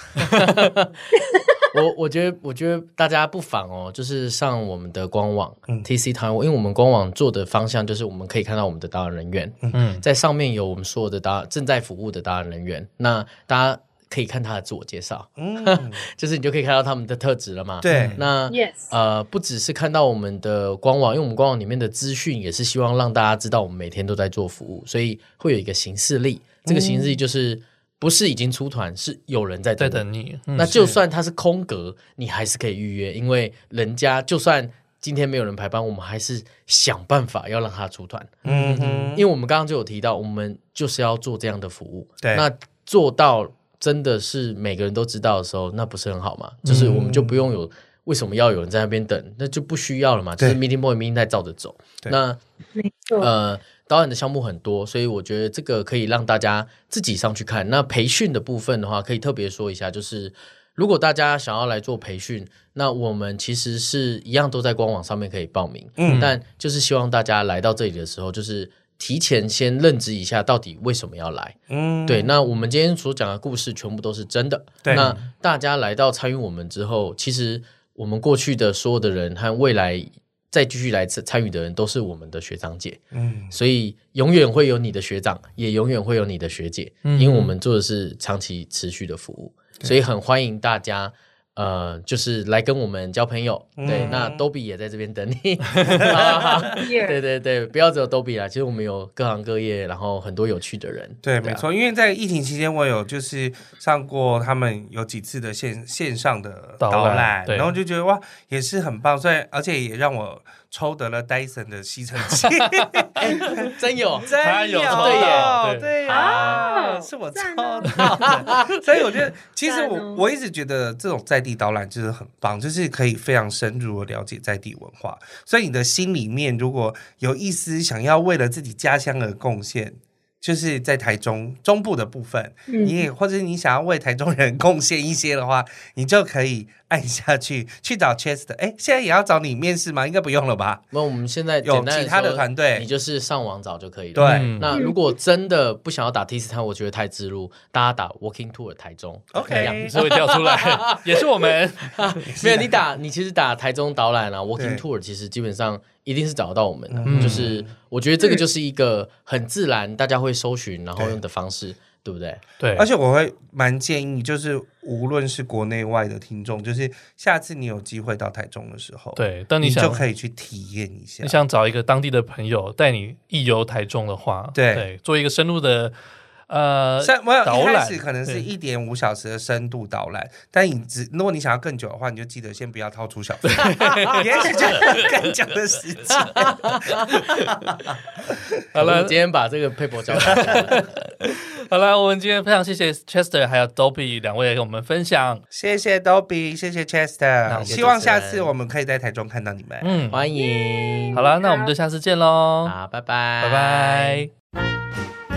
我我觉得我觉得大家不妨哦，就是上我们的官网、
嗯
TC Time，因为我们官网做的方向就是我们可以看到我们的导演人员，
嗯
在上面有我们所有的达正在服务的达人人员，那大家可以看他的自我介绍，
嗯，
就是你就可以看到他们的特质了嘛。，
对，
<laughs>
<laughs>
那
Yes，
呃，不只是看到我们的官网，因为我们官网里面的资讯也是希望让大家知道我们每天都在做服务，所以会有一个行事历。这个行事历就是不是已经出团，是有人在
在
等你。
等你。嗯
那就算它是空格，你还是可以预约，因为人家就算今天没有人排班，我们还是想办法要让他出团。
嗯哼，
因为我们刚刚就有提到，我们就是要做这样的服务。
对
那做到真的是每个人都知道的时候，那不是很好吗？
嗯
就是我们就不用有为什么要有人在那边等，那就不需要了嘛。就
对
是 meeting point meeting 在照着走。
对
那
没错。
呃，导演的项目很多，所以我觉得这个可以让大家自己上去看。那培训的部分的话，可以特别说一下，就是如果大家想要来做培训，那我们其实是一样都在官网上面可以报名，
嗯
但就是希望大家来到这里的时候，就是提前先认知一下到底为什么要来。
嗯
对，那我们今天所讲的故事全部都是真的。
对
那大家来到参与我们之后，其实我们过去的所有的人和未来再继续来参参与的人，都是我们的学长姐。
嗯
所以永远会有你的学长，也永远会有你的学姐，
嗯
因为我们做的是长期持续的服务，所以很欢迎大家。呃，就是来跟我们交朋友，对，
嗯
那 Dobby 也在这边
<laughs>
等你， <laughs> 对 <laughs> 对对，不要只有 Dobby 啦，其实我们有各行各业，然后很多有趣的人，
对，
啊
没，错，因为在疫情期间，我有就是上过他们有几次的线线上的
导览
导览，
对
然后就觉得哇，也是很棒，所以而且也让我抽得了 Dyson 的吸尘
<laughs>
器，
<laughs> 真有，
他
真
有
有
抽
对
到对
耶对
啊
呀，是我抽
赞
到
哦
的， <laughs> 所以我觉得其实
赞哦
我我一直觉得这种在地导览就是很棒，就是可以非常深入的了解在地文化，所以你的心里面如果有一丝想要为了自己家乡而贡献。就是在台中中部的部分，
嗯
你也或者你想要为台中人贡献一些的话，你就可以按下去去找 Chester。哎，现在也要找你面试吗？应该不用了吧？
那我们现在
有
简单地
其他的
说
团队
你就是上网找就可以了，
对
嗯
那如果真的不想要打 T 四摊，我觉得太自入，大家打 Walking Tour 台中
OK
一样
所以掉出来也是我们。
没有你打，你其实打台中导览啊
对
，Walking Tour，其实基本上一定是找得到我们的。
嗯
就是我觉得这个就是一个很自然，大家会搜寻然后
对
用的方式，对不对？
对，
而且我会蛮建议，就是无论是国内外的听众，就是下次你有机会到台中的时候，，
对，当
你
你
就
想
可以去体验一下
你。想找一个当地的朋友带你一游台中的话，
对啊
做一个深入的呃
深，我有
导
一开
览
始可能是
对
一点五小时的深度导览，但你只如果你想要更久的话，你就记得先不要掏出小费， <laughs> 也许就有更久的时间。
好
我
了
们今天把这个 paper 交给大
<laughs>
家
好了，我们今天非常谢谢 Chester 还有 Dobby 两位给我们分享，
谢谢 Dobby，谢谢
那
Chester，
我
们
希望
主持人
下次我们可以在台中看到你们。
嗯，
欢迎，
好了，那我们就下次见喽，
好，拜拜，
拜拜。